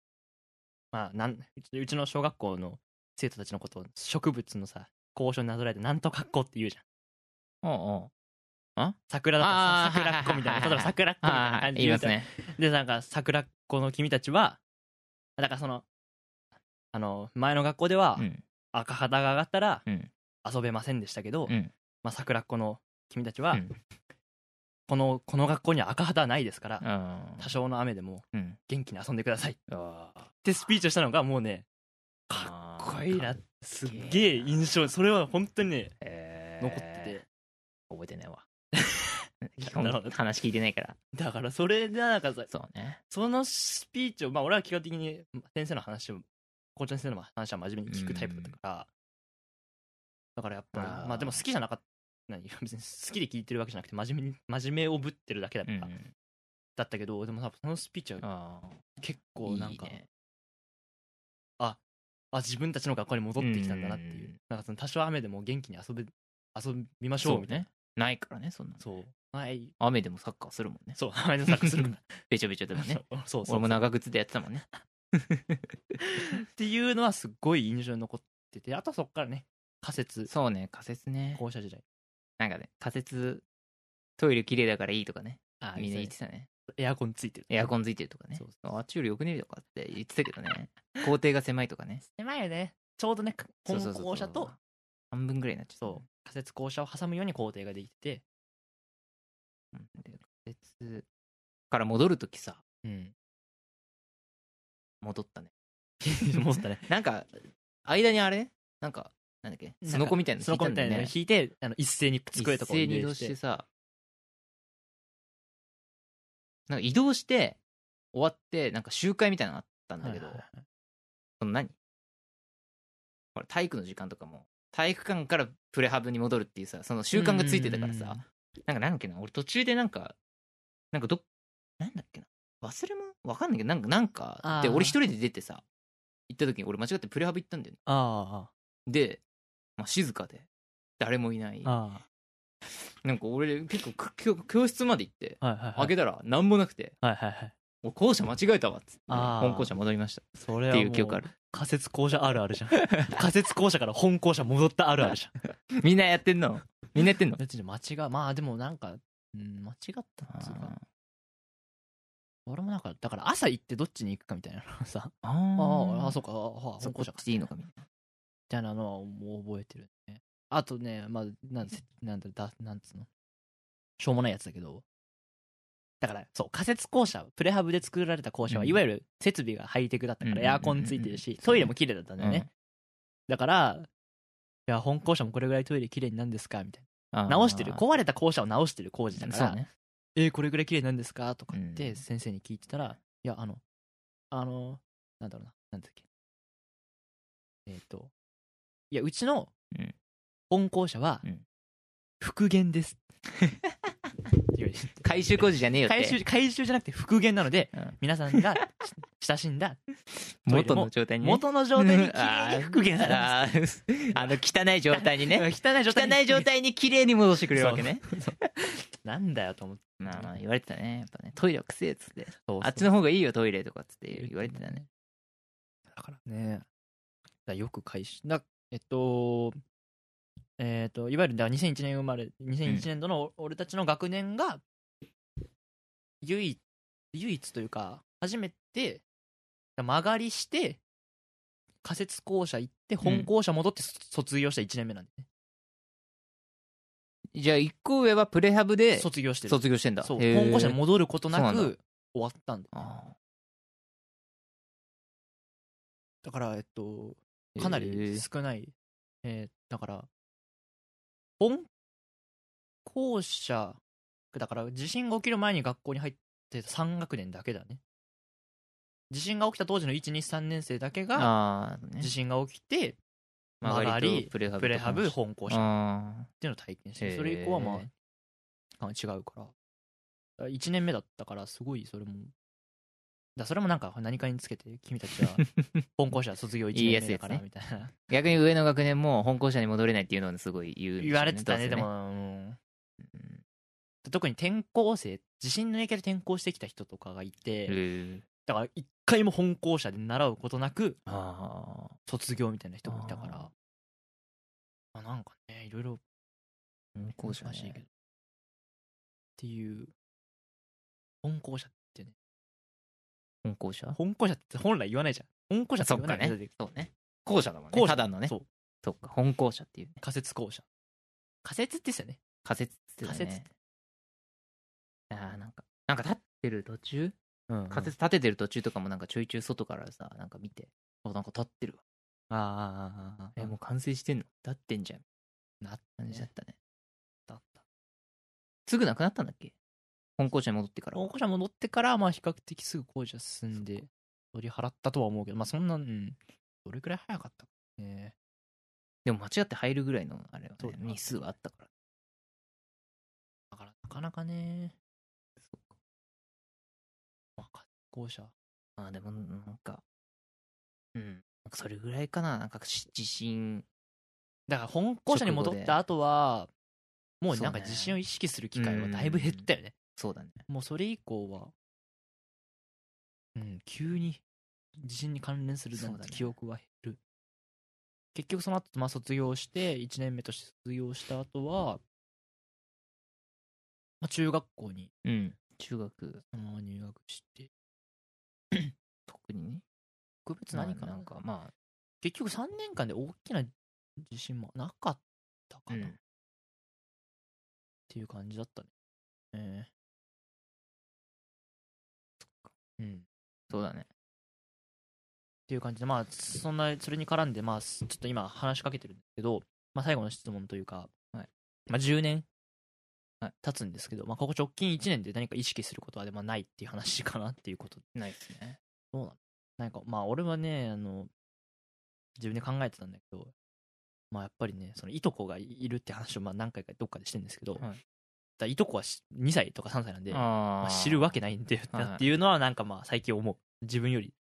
[SPEAKER 1] まあなんうちうちの小学校の生徒たちのことを植物のさ校舎になぞらえてなんとかっこって言うじゃん
[SPEAKER 2] おうおう
[SPEAKER 1] 桜だったら
[SPEAKER 2] あー
[SPEAKER 1] さ桜っ子みたい
[SPEAKER 2] は
[SPEAKER 1] な
[SPEAKER 2] いはいはい
[SPEAKER 1] 例えば桜っ子みたいな
[SPEAKER 2] ああ
[SPEAKER 1] 感じで言う
[SPEAKER 2] 言いま
[SPEAKER 1] じ
[SPEAKER 2] す
[SPEAKER 1] ゃん
[SPEAKER 2] ね
[SPEAKER 1] でなんか桜っ子の君たちはだからそのあの前の学校では、
[SPEAKER 2] うん
[SPEAKER 1] 赤旗が上がったら
[SPEAKER 2] うん
[SPEAKER 1] 遊べませんでしたけど、
[SPEAKER 2] うん
[SPEAKER 1] まあ、桜っ子の君たちは、
[SPEAKER 2] うん
[SPEAKER 1] このこの学校には赤旗はないですから、
[SPEAKER 2] うん
[SPEAKER 1] 多少の雨でも
[SPEAKER 2] うん
[SPEAKER 1] 元気に遊んでくださいっ
[SPEAKER 2] あー
[SPEAKER 1] てスピーチをしたのがもうね
[SPEAKER 2] か
[SPEAKER 1] かっこいいなすっげえ
[SPEAKER 2] い
[SPEAKER 1] 印象それは本当にね
[SPEAKER 2] 残
[SPEAKER 1] 残ってて、
[SPEAKER 2] 覚えてない わ基
[SPEAKER 1] な
[SPEAKER 2] 本
[SPEAKER 1] るほど
[SPEAKER 2] 話聞いてないから
[SPEAKER 1] だからそれでなんかさ
[SPEAKER 2] そうね
[SPEAKER 1] そのスピーチをまあ俺は基本的に先生の話を校長先生の話は真面目に聞くタイプだったから、だからやっぱり
[SPEAKER 2] あー
[SPEAKER 1] まあでも好きじゃなかった何別に好きで聞いてるわけじゃなくて真面目に真面目をぶってるだけだった、
[SPEAKER 2] うん
[SPEAKER 1] だったけどでもさそのスピーチは
[SPEAKER 2] あー
[SPEAKER 1] 結構なんか
[SPEAKER 2] いいね
[SPEAKER 1] あ自分たちの学校に戻ってきたんだなっていう
[SPEAKER 2] うん
[SPEAKER 1] なんかその多少雨でも元気に遊べ遊びましょ
[SPEAKER 2] そうう
[SPEAKER 1] みたいな
[SPEAKER 2] ねないからねそんなの
[SPEAKER 1] そう,、はい
[SPEAKER 2] 雨でもサッカーするもんね
[SPEAKER 1] そう 雨の作するんだ
[SPEAKER 2] べちょべちょでもね
[SPEAKER 1] そうそう
[SPEAKER 2] 俺も長靴でやってたもんね
[SPEAKER 1] っていうのはすごい印象に残っててあとそっからね仮説
[SPEAKER 2] そうね仮説ね
[SPEAKER 1] 校舎時代
[SPEAKER 2] なんかね仮説トイレ綺麗だからいいとかね
[SPEAKER 1] あ
[SPEAKER 2] みんな
[SPEAKER 1] い
[SPEAKER 2] 言ってたね
[SPEAKER 1] エアコンついてる
[SPEAKER 2] エアコンついてるとかね
[SPEAKER 1] そうそ
[SPEAKER 2] あっちよりよくねえとかって言ってたけどね校庭が狭いとかね
[SPEAKER 1] 狭いよねちょうどねこ
[SPEAKER 2] そう
[SPEAKER 1] の
[SPEAKER 2] そうそう
[SPEAKER 1] 校舎と
[SPEAKER 2] 半分ぐらいになっちゃった
[SPEAKER 1] そう仮設校舎を挟むように校庭ができてて
[SPEAKER 2] うんで仮説から戻るときさ
[SPEAKER 1] うん
[SPEAKER 2] 戻ったね
[SPEAKER 1] 思 ったね
[SPEAKER 2] なんか間にあれねなんかなんだっけスノコみたいな
[SPEAKER 1] スノコみたいなの
[SPEAKER 2] ね
[SPEAKER 1] 引いてあの一斉に机と
[SPEAKER 2] 一
[SPEAKER 1] かを移
[SPEAKER 2] 斉に移
[SPEAKER 1] 動
[SPEAKER 2] 動
[SPEAKER 1] し
[SPEAKER 2] しててさなんか移動して終わってなんか集会みたいなのあったんだけど、
[SPEAKER 1] はいはい
[SPEAKER 2] その何ほら体育の時間とかも体育館からプレハブに戻るっていうさその習慣がついてたから
[SPEAKER 1] うんうん
[SPEAKER 2] さなんかなんだっけな俺途中でなんかなんかどっなんだっけな忘れもわかんないけどなんかなんか
[SPEAKER 1] あー
[SPEAKER 2] で俺一人で出てさ行った時に俺間違ってプレハブ行ったんだよね
[SPEAKER 1] あ
[SPEAKER 2] で、まあ、静かで誰もいない
[SPEAKER 1] ああ
[SPEAKER 2] なんか俺結構く教教室まで行って
[SPEAKER 1] あはいはいは
[SPEAKER 2] 開
[SPEAKER 1] い
[SPEAKER 2] けたら何もなくて
[SPEAKER 1] はいはいはい
[SPEAKER 2] 「もう校舎間違えたわ」っつって
[SPEAKER 1] あー
[SPEAKER 2] 本校舎戻りましたっ
[SPEAKER 1] それは
[SPEAKER 2] て
[SPEAKER 1] も
[SPEAKER 2] いう記憶ある
[SPEAKER 1] 仮設校舎あるあるじゃん仮設校舎から本校舎戻ったあるある じゃん
[SPEAKER 2] みんなやってんのみんなやってんの
[SPEAKER 1] 別に間違いまあでもなんかうん間違ったっつうか俺もなんかだから朝行ってどっちに行くかみたいなのさ
[SPEAKER 2] あ
[SPEAKER 1] あ
[SPEAKER 2] ー
[SPEAKER 1] ああそうかああ
[SPEAKER 2] そ
[SPEAKER 1] 本
[SPEAKER 2] こ
[SPEAKER 1] 校
[SPEAKER 2] っ
[SPEAKER 1] 舎か
[SPEAKER 2] ちでいいのかみたいな
[SPEAKER 1] みたいなのはもう覚えてるね。あとね、まあ、なんせなんだ、だなんつうの。しょうもないやつだけど。だから、そう、仮設校舎、プレハブで作られた校舎は、
[SPEAKER 2] うん
[SPEAKER 1] いわゆる設備がハイテクだったか
[SPEAKER 2] うん
[SPEAKER 1] ら、エアコンついてる
[SPEAKER 2] うん
[SPEAKER 1] し
[SPEAKER 2] うん、
[SPEAKER 1] トイレも綺麗だったんだよね。だから、いや本校舎もこれぐらいトイレきれいになんですかみたい
[SPEAKER 2] あー
[SPEAKER 1] な直してる壊れた校舎を直してる工事だか
[SPEAKER 2] そ
[SPEAKER 1] ら、
[SPEAKER 2] うね。
[SPEAKER 1] えーこれぐらいきれいなんですかとかっ
[SPEAKER 2] うん
[SPEAKER 1] て先生に聞いてたら、いやあのあのなんだろうななんだっけえっ、といやうちの
[SPEAKER 2] うん
[SPEAKER 1] 本校舎は
[SPEAKER 2] うん
[SPEAKER 1] 復元 です、って言
[SPEAKER 2] 回収工事じゃねえよ
[SPEAKER 1] わ
[SPEAKER 2] って。
[SPEAKER 1] れて回収回収じゃなくて復元なので、
[SPEAKER 2] うん
[SPEAKER 1] 皆さんがし 親しんだトイレ
[SPEAKER 2] 元
[SPEAKER 1] も
[SPEAKER 2] の状態にね。
[SPEAKER 1] 元の状態にき
[SPEAKER 2] あ
[SPEAKER 1] れい
[SPEAKER 2] ー
[SPEAKER 1] に復元されます
[SPEAKER 2] あーあの、汚い状態にね。
[SPEAKER 1] 汚い状態に
[SPEAKER 2] 汚い状態に綺麗に戻してくれるわけね。
[SPEAKER 1] なんだよと思って
[SPEAKER 2] まあまあ言われてたね。やっぱね、トイレはくせえっつって。
[SPEAKER 1] そう
[SPEAKER 2] あっちの方がいいよ、トイレとかっつって言われてたね。
[SPEAKER 1] だからね。だよく回収。だえっと、えっと、いわゆるだから2001年生まれ、2001年度のお俺たちの学年が、唯一、唯一というか、初めて、曲がりして、仮設校舎行って、本校舎戻って卒卒業した1年目なんでね。
[SPEAKER 2] じゃあ、一個上はプレハブで
[SPEAKER 1] 卒業してる。
[SPEAKER 2] 卒業してんだ。
[SPEAKER 1] そう。
[SPEAKER 2] へー
[SPEAKER 1] 本校舎に戻ることな
[SPEAKER 2] そうなん
[SPEAKER 1] く、終わったんだ。
[SPEAKER 2] あ
[SPEAKER 1] だから、えっと、
[SPEAKER 2] ー
[SPEAKER 1] かな
[SPEAKER 2] へ
[SPEAKER 1] り
[SPEAKER 2] ー
[SPEAKER 1] 少ない、えーだから本校舎だから地震が起きる前に学校に入ってた3学年だけだね地震が起きた当時の123年生だけが
[SPEAKER 2] あー、ね
[SPEAKER 1] 地震が起きて曲
[SPEAKER 2] 曲
[SPEAKER 1] が
[SPEAKER 2] が
[SPEAKER 1] り
[SPEAKER 2] りとプレハブと
[SPEAKER 1] プレハブ本校舎っ
[SPEAKER 2] あー
[SPEAKER 1] ていうのを体験して
[SPEAKER 2] へー
[SPEAKER 1] それ以降はまああ違うからだ1年目だったからすごいそれもだそれもなんか何かにつけて君たち は本校舎卒業1年目だからみたいな
[SPEAKER 2] 逆に上の学年も本校舎に戻れないっていうのをすごい言うんでしょうね
[SPEAKER 1] 言われてたねで
[SPEAKER 2] どうせ
[SPEAKER 1] も、うん特に転校生地震の影響で転校してきた人とかがいて、
[SPEAKER 2] うん
[SPEAKER 1] だから一回も本校舎で習うことなく
[SPEAKER 2] ああ
[SPEAKER 1] 卒業みたいな人もいたからあなんかねいろいろ
[SPEAKER 2] 本校舎
[SPEAKER 1] 難
[SPEAKER 2] ね
[SPEAKER 1] しいけど、っていう本校舎ってね
[SPEAKER 2] 本校舎
[SPEAKER 1] 本校舎って本来言わないじゃん本校舎って
[SPEAKER 2] そ
[SPEAKER 1] 言
[SPEAKER 2] っ
[SPEAKER 1] わな
[SPEAKER 2] か
[SPEAKER 1] いじゃん
[SPEAKER 2] ねそうね校舎だもんね
[SPEAKER 1] 校舎
[SPEAKER 2] ただのね
[SPEAKER 1] そう
[SPEAKER 2] そっか本校舎っていうね
[SPEAKER 1] 仮設校舎仮設って言ってたよね
[SPEAKER 2] 仮説って
[SPEAKER 1] 仮説
[SPEAKER 2] ねああなんかなんか立ってる途中
[SPEAKER 1] うん
[SPEAKER 2] 仮説立ててる途中とかもなんかちょいちょい外からさなんか見てあなんか立ってるわ
[SPEAKER 1] ああああああ
[SPEAKER 2] えもう完成してんの立ってんじゃん
[SPEAKER 1] なっ
[SPEAKER 2] 感じだったね
[SPEAKER 1] たった
[SPEAKER 2] すぐなくなったんだっけ本校舎に戻ってから
[SPEAKER 1] 保護者戻ってから、まあ、比較的すぐ工事は進んで、取り払ったとは思うけど、まあ、そんな、うん、どれくらい早かったかね。
[SPEAKER 2] でも間違って入るぐらいのあれは
[SPEAKER 1] そう
[SPEAKER 2] ね
[SPEAKER 1] だな
[SPEAKER 2] 日数はあったから
[SPEAKER 1] だから、なかなかね、まあ、校舎。
[SPEAKER 2] あーでもなんかうんなんかそれぐらいかななんかし地震
[SPEAKER 1] だから、本校舎に戻った後は、もうなんか
[SPEAKER 2] そうね
[SPEAKER 1] 地震を意識する機会はだいぶ減ったよね。
[SPEAKER 2] そうだね
[SPEAKER 1] もうそれ以降は、うん、急に地震に関連するなん
[SPEAKER 2] そうだ
[SPEAKER 1] て
[SPEAKER 2] ね
[SPEAKER 1] 記憶は減る。結局その後、まあ卒業して、1年目として卒業した後は、まあ、中学校に
[SPEAKER 2] うん中学
[SPEAKER 1] そのまま入学して、
[SPEAKER 2] 特にね
[SPEAKER 1] 特別何か
[SPEAKER 2] まあ
[SPEAKER 1] な
[SPEAKER 2] なんん
[SPEAKER 1] か、
[SPEAKER 2] かま
[SPEAKER 1] 結局3年間で大きな地震もなかった
[SPEAKER 2] あ、
[SPEAKER 1] かなっていう感じだったね。ええうん。
[SPEAKER 2] そうだね
[SPEAKER 1] っていう感じで、まあ、そんな、それに絡んで、まあ、すちょっと今話しかけてるんですけど、まあ、最後の質問というか、
[SPEAKER 2] はい
[SPEAKER 1] まあ、10年
[SPEAKER 2] はい
[SPEAKER 1] 経つんですけど、まあ、ここ直近1年で何か意識することは、でもないっていう話かなっていうこと。
[SPEAKER 2] ないですね
[SPEAKER 1] なんか、まあ、俺はね、あの、自分で考えてたんだけど、まあ、やっぱりね、その、いとこがいるって話を、まあ、何回かどっかでしてるんですけど、
[SPEAKER 2] はい
[SPEAKER 1] だからいとこはし2歳とか3歳なんで、
[SPEAKER 2] あ
[SPEAKER 1] まあ
[SPEAKER 2] あ
[SPEAKER 1] 知るわけないんだよ
[SPEAKER 2] はい
[SPEAKER 1] なっていうのはなんかまあ最近思う自分より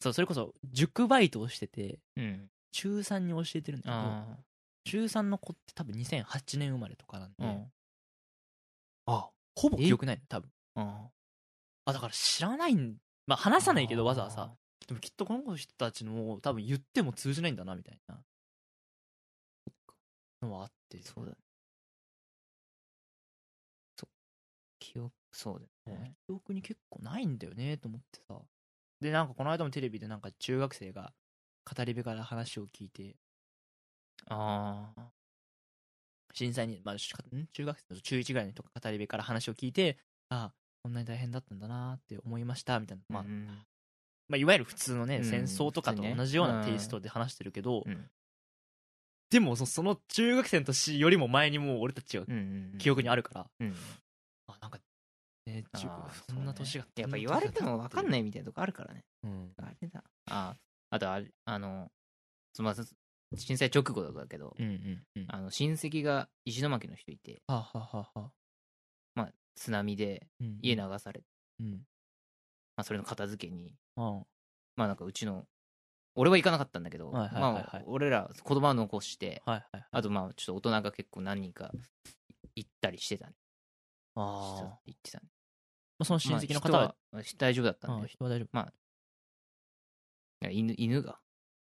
[SPEAKER 1] そうそれこそ塾バイトをしてて
[SPEAKER 2] うん
[SPEAKER 1] 中3に教えてるんだけど
[SPEAKER 2] あ
[SPEAKER 1] 中3の子って多分2008年生まれとかなんで、
[SPEAKER 2] あうん
[SPEAKER 1] あほぼ記憶ないの多分
[SPEAKER 2] あ
[SPEAKER 1] あだから知らないんまあ話さないけどわざわざ
[SPEAKER 2] あ
[SPEAKER 1] でもきっとこの人たちの多分言っても通じないんだなみたいなのはあって
[SPEAKER 2] そうだねそう記憶そうだよね
[SPEAKER 1] 記憶に結構ないんだよねと思ってさでなんかこの間もテレビでなんか中学生が語り部から話を聞いて
[SPEAKER 2] ああ
[SPEAKER 1] 震災に、まあ、しかん中学生の中1ぐらいの人が語り部から話を聞いてああこんなに大変だったんだなって思いましたみたいな、まあ
[SPEAKER 2] うん
[SPEAKER 1] まあ、いわゆる普通のね、
[SPEAKER 2] うん
[SPEAKER 1] 戦争とかと
[SPEAKER 2] 普通にね
[SPEAKER 1] 同じようなテイストで話してるけど、
[SPEAKER 2] うん
[SPEAKER 1] でもそその中学生の年よりも前にもう俺たちは
[SPEAKER 2] うんうんうん
[SPEAKER 1] 記憶にあるから、
[SPEAKER 2] うん
[SPEAKER 1] あなんか、ね、
[SPEAKER 2] あー
[SPEAKER 1] 中そんな年が、
[SPEAKER 2] そうねやっぱ言われても分かんないいみたいなとこあるからね
[SPEAKER 1] うん
[SPEAKER 2] あれだああとあれあのすみません震災直後だけど、
[SPEAKER 1] うんうんうん、
[SPEAKER 2] あの親戚が石巻の人いて、
[SPEAKER 1] はあはあはあはあ、
[SPEAKER 2] まあ、津波で
[SPEAKER 1] うん
[SPEAKER 2] 家流されて、
[SPEAKER 1] うん
[SPEAKER 2] まあ、それの片付けに
[SPEAKER 1] あ
[SPEAKER 2] まあなんかうちの俺は行かなかったんだけど、
[SPEAKER 1] はいはいはいはい
[SPEAKER 2] まあ俺ら子供は残して
[SPEAKER 1] あはいはい
[SPEAKER 2] あとまあちょっと大人が結構何人か行ったりしてたね
[SPEAKER 1] あー
[SPEAKER 2] 行
[SPEAKER 1] ま
[SPEAKER 2] ってたね
[SPEAKER 1] あその親戚の方
[SPEAKER 2] まあ
[SPEAKER 1] は,
[SPEAKER 2] 人はし大丈夫だった
[SPEAKER 1] うん、
[SPEAKER 2] んで
[SPEAKER 1] 人は大丈夫
[SPEAKER 2] 犬犬が、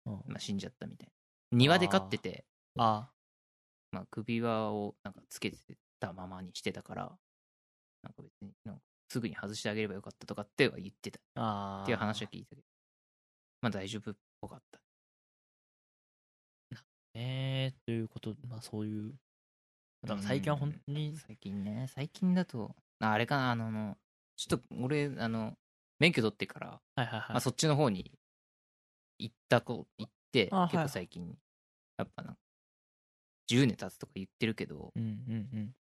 [SPEAKER 1] うん
[SPEAKER 2] まあ、死んじゃったみたいな庭で飼ってて
[SPEAKER 1] あ
[SPEAKER 2] まあ、首輪をなんかつけてたままにしてたからなんか別になんかすぐに外してあげればよかったとかっては言ってた
[SPEAKER 1] ーあー
[SPEAKER 2] っていう話は聞いたけどまあ大丈夫っぽかった
[SPEAKER 1] ねえということまあそういうだから最近は本当に
[SPEAKER 2] 最近ね最近だとああれかなあのちょっと俺あの免許取ってから、
[SPEAKER 1] はいはい
[SPEAKER 2] まあ、そっちの方に行ったこ行って
[SPEAKER 1] あはい
[SPEAKER 2] 結構最近、やっぱなんか10年経つとか言ってるけど
[SPEAKER 1] うんうんうん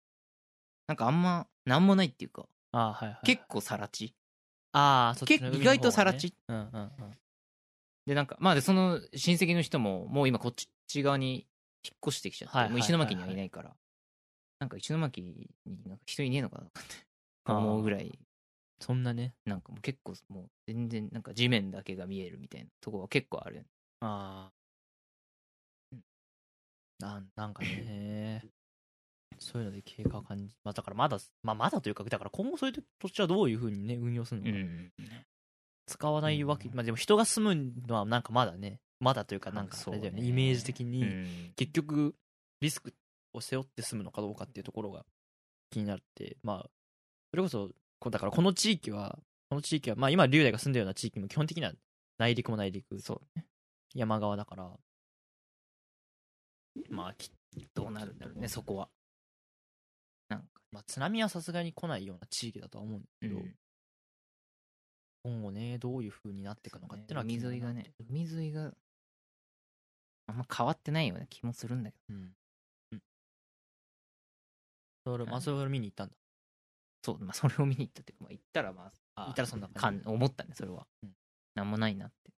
[SPEAKER 2] なんかあんまなんもないっていうか
[SPEAKER 1] あーはいはい
[SPEAKER 2] 結構さらち
[SPEAKER 1] ああそっちの
[SPEAKER 2] 結構意外とさら
[SPEAKER 1] 海
[SPEAKER 2] ち
[SPEAKER 1] の方はねうんうんうん
[SPEAKER 2] でなんかまあでその親戚の人ももう今こっち側に引っ越してきちゃって、
[SPEAKER 1] はいはい
[SPEAKER 2] もう石巻にはいないから、なんか石巻になんか人いねえのかなとかって思うぐらい
[SPEAKER 1] そんなね
[SPEAKER 2] なんかもう結構もう全然なんか地面だけが見えるみたいなとこは結構あるよね
[SPEAKER 1] ああなんなんかねそういうので経過を感じまあだからまだまあまだというかだから今後そういう土地はどういうふうにね運用するのか、使わないわけ、
[SPEAKER 2] うん
[SPEAKER 1] まあでも人が住むのはなんかまだねまだというかなんかそれだよねイメージ的
[SPEAKER 2] う
[SPEAKER 1] に
[SPEAKER 2] ん
[SPEAKER 1] 結局リスクを背負って住むのかどうかっていうところが気になってまあそれこそこうだからこの地域はこの地域はまあ今龍大が住んでるような地域も基本的には内陸も内陸
[SPEAKER 2] そうね
[SPEAKER 1] 山側だからまあき
[SPEAKER 2] どうなるんだろうねそこはなんか
[SPEAKER 1] まあ津波はさすがに来ないような地域だとは思うんだけど、
[SPEAKER 2] うん
[SPEAKER 1] 今後ねどういう風になっていくのかっていうのは気
[SPEAKER 2] 海
[SPEAKER 1] にな
[SPEAKER 2] 沿
[SPEAKER 1] るな
[SPEAKER 2] いがね海沿いがあんま変わってないような気もするんだけど
[SPEAKER 1] うん。それ、まあ、それを見に行ったんだ。
[SPEAKER 2] そう、まあ、それを見に行ったっていうか、まあ、行ったらまあ、あ
[SPEAKER 1] 行ったらそんな
[SPEAKER 2] か
[SPEAKER 1] 感
[SPEAKER 2] ん
[SPEAKER 1] じ。
[SPEAKER 2] 思ったね、それは
[SPEAKER 1] うん。
[SPEAKER 2] なんもないなって。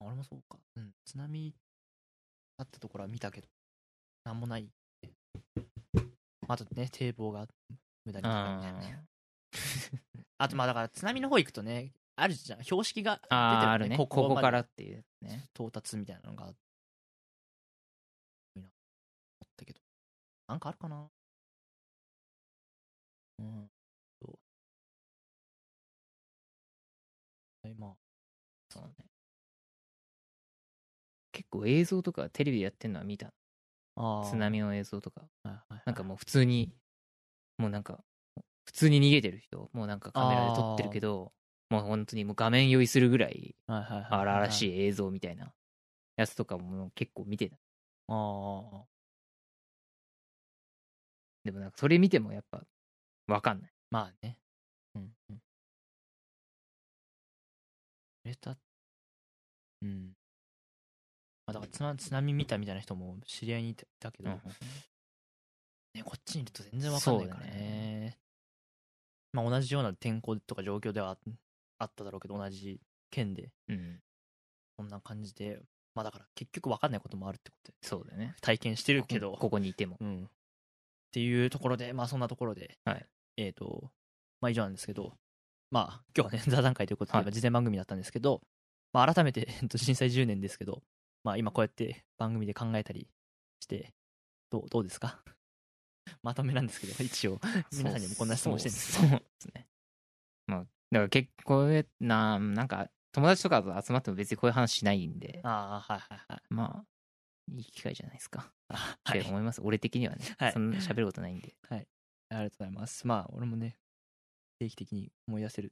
[SPEAKER 1] 俺もそうか。うん。津波あったところは見たけど、なんもないって。あとね、堤防が無駄に高いみたいなねあと、まあだから津波の方行くとね、あるじゃん。標識が出てる
[SPEAKER 2] あ
[SPEAKER 1] よ、
[SPEAKER 2] あー、あるね。ここ
[SPEAKER 1] まで
[SPEAKER 2] からっていうね。
[SPEAKER 1] 到達みたいなのが、いいな思ったけど。なんかあるかなうん。そう。え、まあ、
[SPEAKER 2] そうね。結構映像とかテレビでやってるのは見た。
[SPEAKER 1] あー
[SPEAKER 2] 津波の映像とか。
[SPEAKER 1] はいはいはい
[SPEAKER 2] なんかもう普通に、もうなんか、普通に逃げてる人、もうなんかカメラで撮ってるけど、もう本当にもう画面酔いするぐらい
[SPEAKER 1] はいはいはいはい、
[SPEAKER 2] 荒々
[SPEAKER 1] い。
[SPEAKER 2] しい映像みたいなやつとかも結構見てた。
[SPEAKER 1] あー
[SPEAKER 2] でもなんかそれ見てもやっぱ、わかんない。
[SPEAKER 1] まあね。うん、うん。触れた。うん。まあ、だから津波津波見たみたいな人も知り合いにいたけど、ね、こっちにいると全然わかんないからね
[SPEAKER 2] そうだね
[SPEAKER 1] まあ同じような天候とか状況ではああっただろうけど同じ県で
[SPEAKER 2] うん。
[SPEAKER 1] こんな感じでまあだから結局わかんないこともあるってことで
[SPEAKER 2] そうだよね。
[SPEAKER 1] 体験してるけど
[SPEAKER 2] ここにいても。
[SPEAKER 1] うん、っていうところでまあそんなところで、
[SPEAKER 2] はい
[SPEAKER 1] えっ、とまあ以上なんですけどまあ今日はね 座談会ということで、
[SPEAKER 2] はい
[SPEAKER 1] 今事前番組だったんですけど、まあ、改めて、えっと、震災10年ですけどまあ今こうやって番組で考えたりしてどうどうですか まとめなんですけど一応皆さんにもこんな質問してるんです
[SPEAKER 2] そうそうですね。まあ、だから結構な、なんか、友達とかと集まっても別にこういう話しないんで、
[SPEAKER 1] ああはいはいはい
[SPEAKER 2] まあ、いい機会じゃないですか。
[SPEAKER 1] あ
[SPEAKER 2] っ
[SPEAKER 1] はい
[SPEAKER 2] て思います。俺的にはね。
[SPEAKER 1] はい
[SPEAKER 2] そんな喋ることないんで。
[SPEAKER 1] ありがとうございますまあ俺もね定期的に思い出せるっ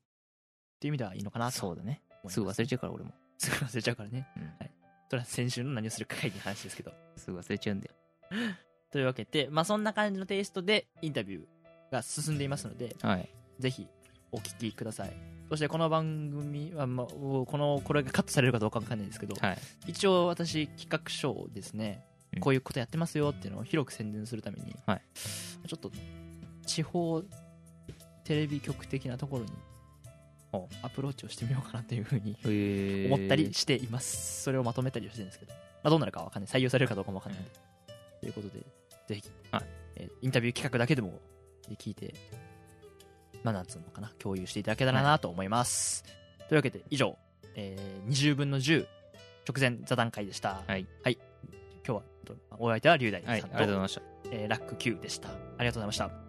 [SPEAKER 1] ていう意味ではいいのかなと
[SPEAKER 2] そうだね。
[SPEAKER 1] 思い ます
[SPEAKER 2] ぐ忘れちゃうから、俺も。
[SPEAKER 1] すぐ忘れちゃうからね
[SPEAKER 2] うん
[SPEAKER 1] はいそれは先週の何をするか会議の話ですけど
[SPEAKER 2] すぐ忘れちゃうんで。
[SPEAKER 1] というわけで、まあ、そんな感じのテイストでインタビューが進んでいますので、
[SPEAKER 2] はい。
[SPEAKER 1] ぜひお聞きください。そしてこの番組は、まあ、おこのこれがカットされるかどうかわかんないですけど、
[SPEAKER 2] はい。
[SPEAKER 1] 一応私企画書をですね
[SPEAKER 2] うん
[SPEAKER 1] こういうことやってますよっていうのを広く宣伝するために、
[SPEAKER 2] はい
[SPEAKER 1] ちょっと地方テレビ局的なところに
[SPEAKER 2] お
[SPEAKER 1] アプローチをしてみようかなっていうふうに
[SPEAKER 2] 思
[SPEAKER 1] 思ったりしています、それをまとめたりはしてるんですけど、まあ、どうなるかはわかんない採用されるかどうかもわかんないんで、ということでぜひ、
[SPEAKER 2] はい
[SPEAKER 1] えーインタビュー企画だけでもえー聞いてまあなんつうのかな共有していただけたらなと思います、というわけで以上、えー20分の10直前座談会でした、
[SPEAKER 2] はい
[SPEAKER 1] 今日はお相手は龍大
[SPEAKER 2] はいあ
[SPEAKER 1] さん
[SPEAKER 2] り
[SPEAKER 1] と、
[SPEAKER 2] がとうございました
[SPEAKER 1] えーラック Q でしたありがとうございました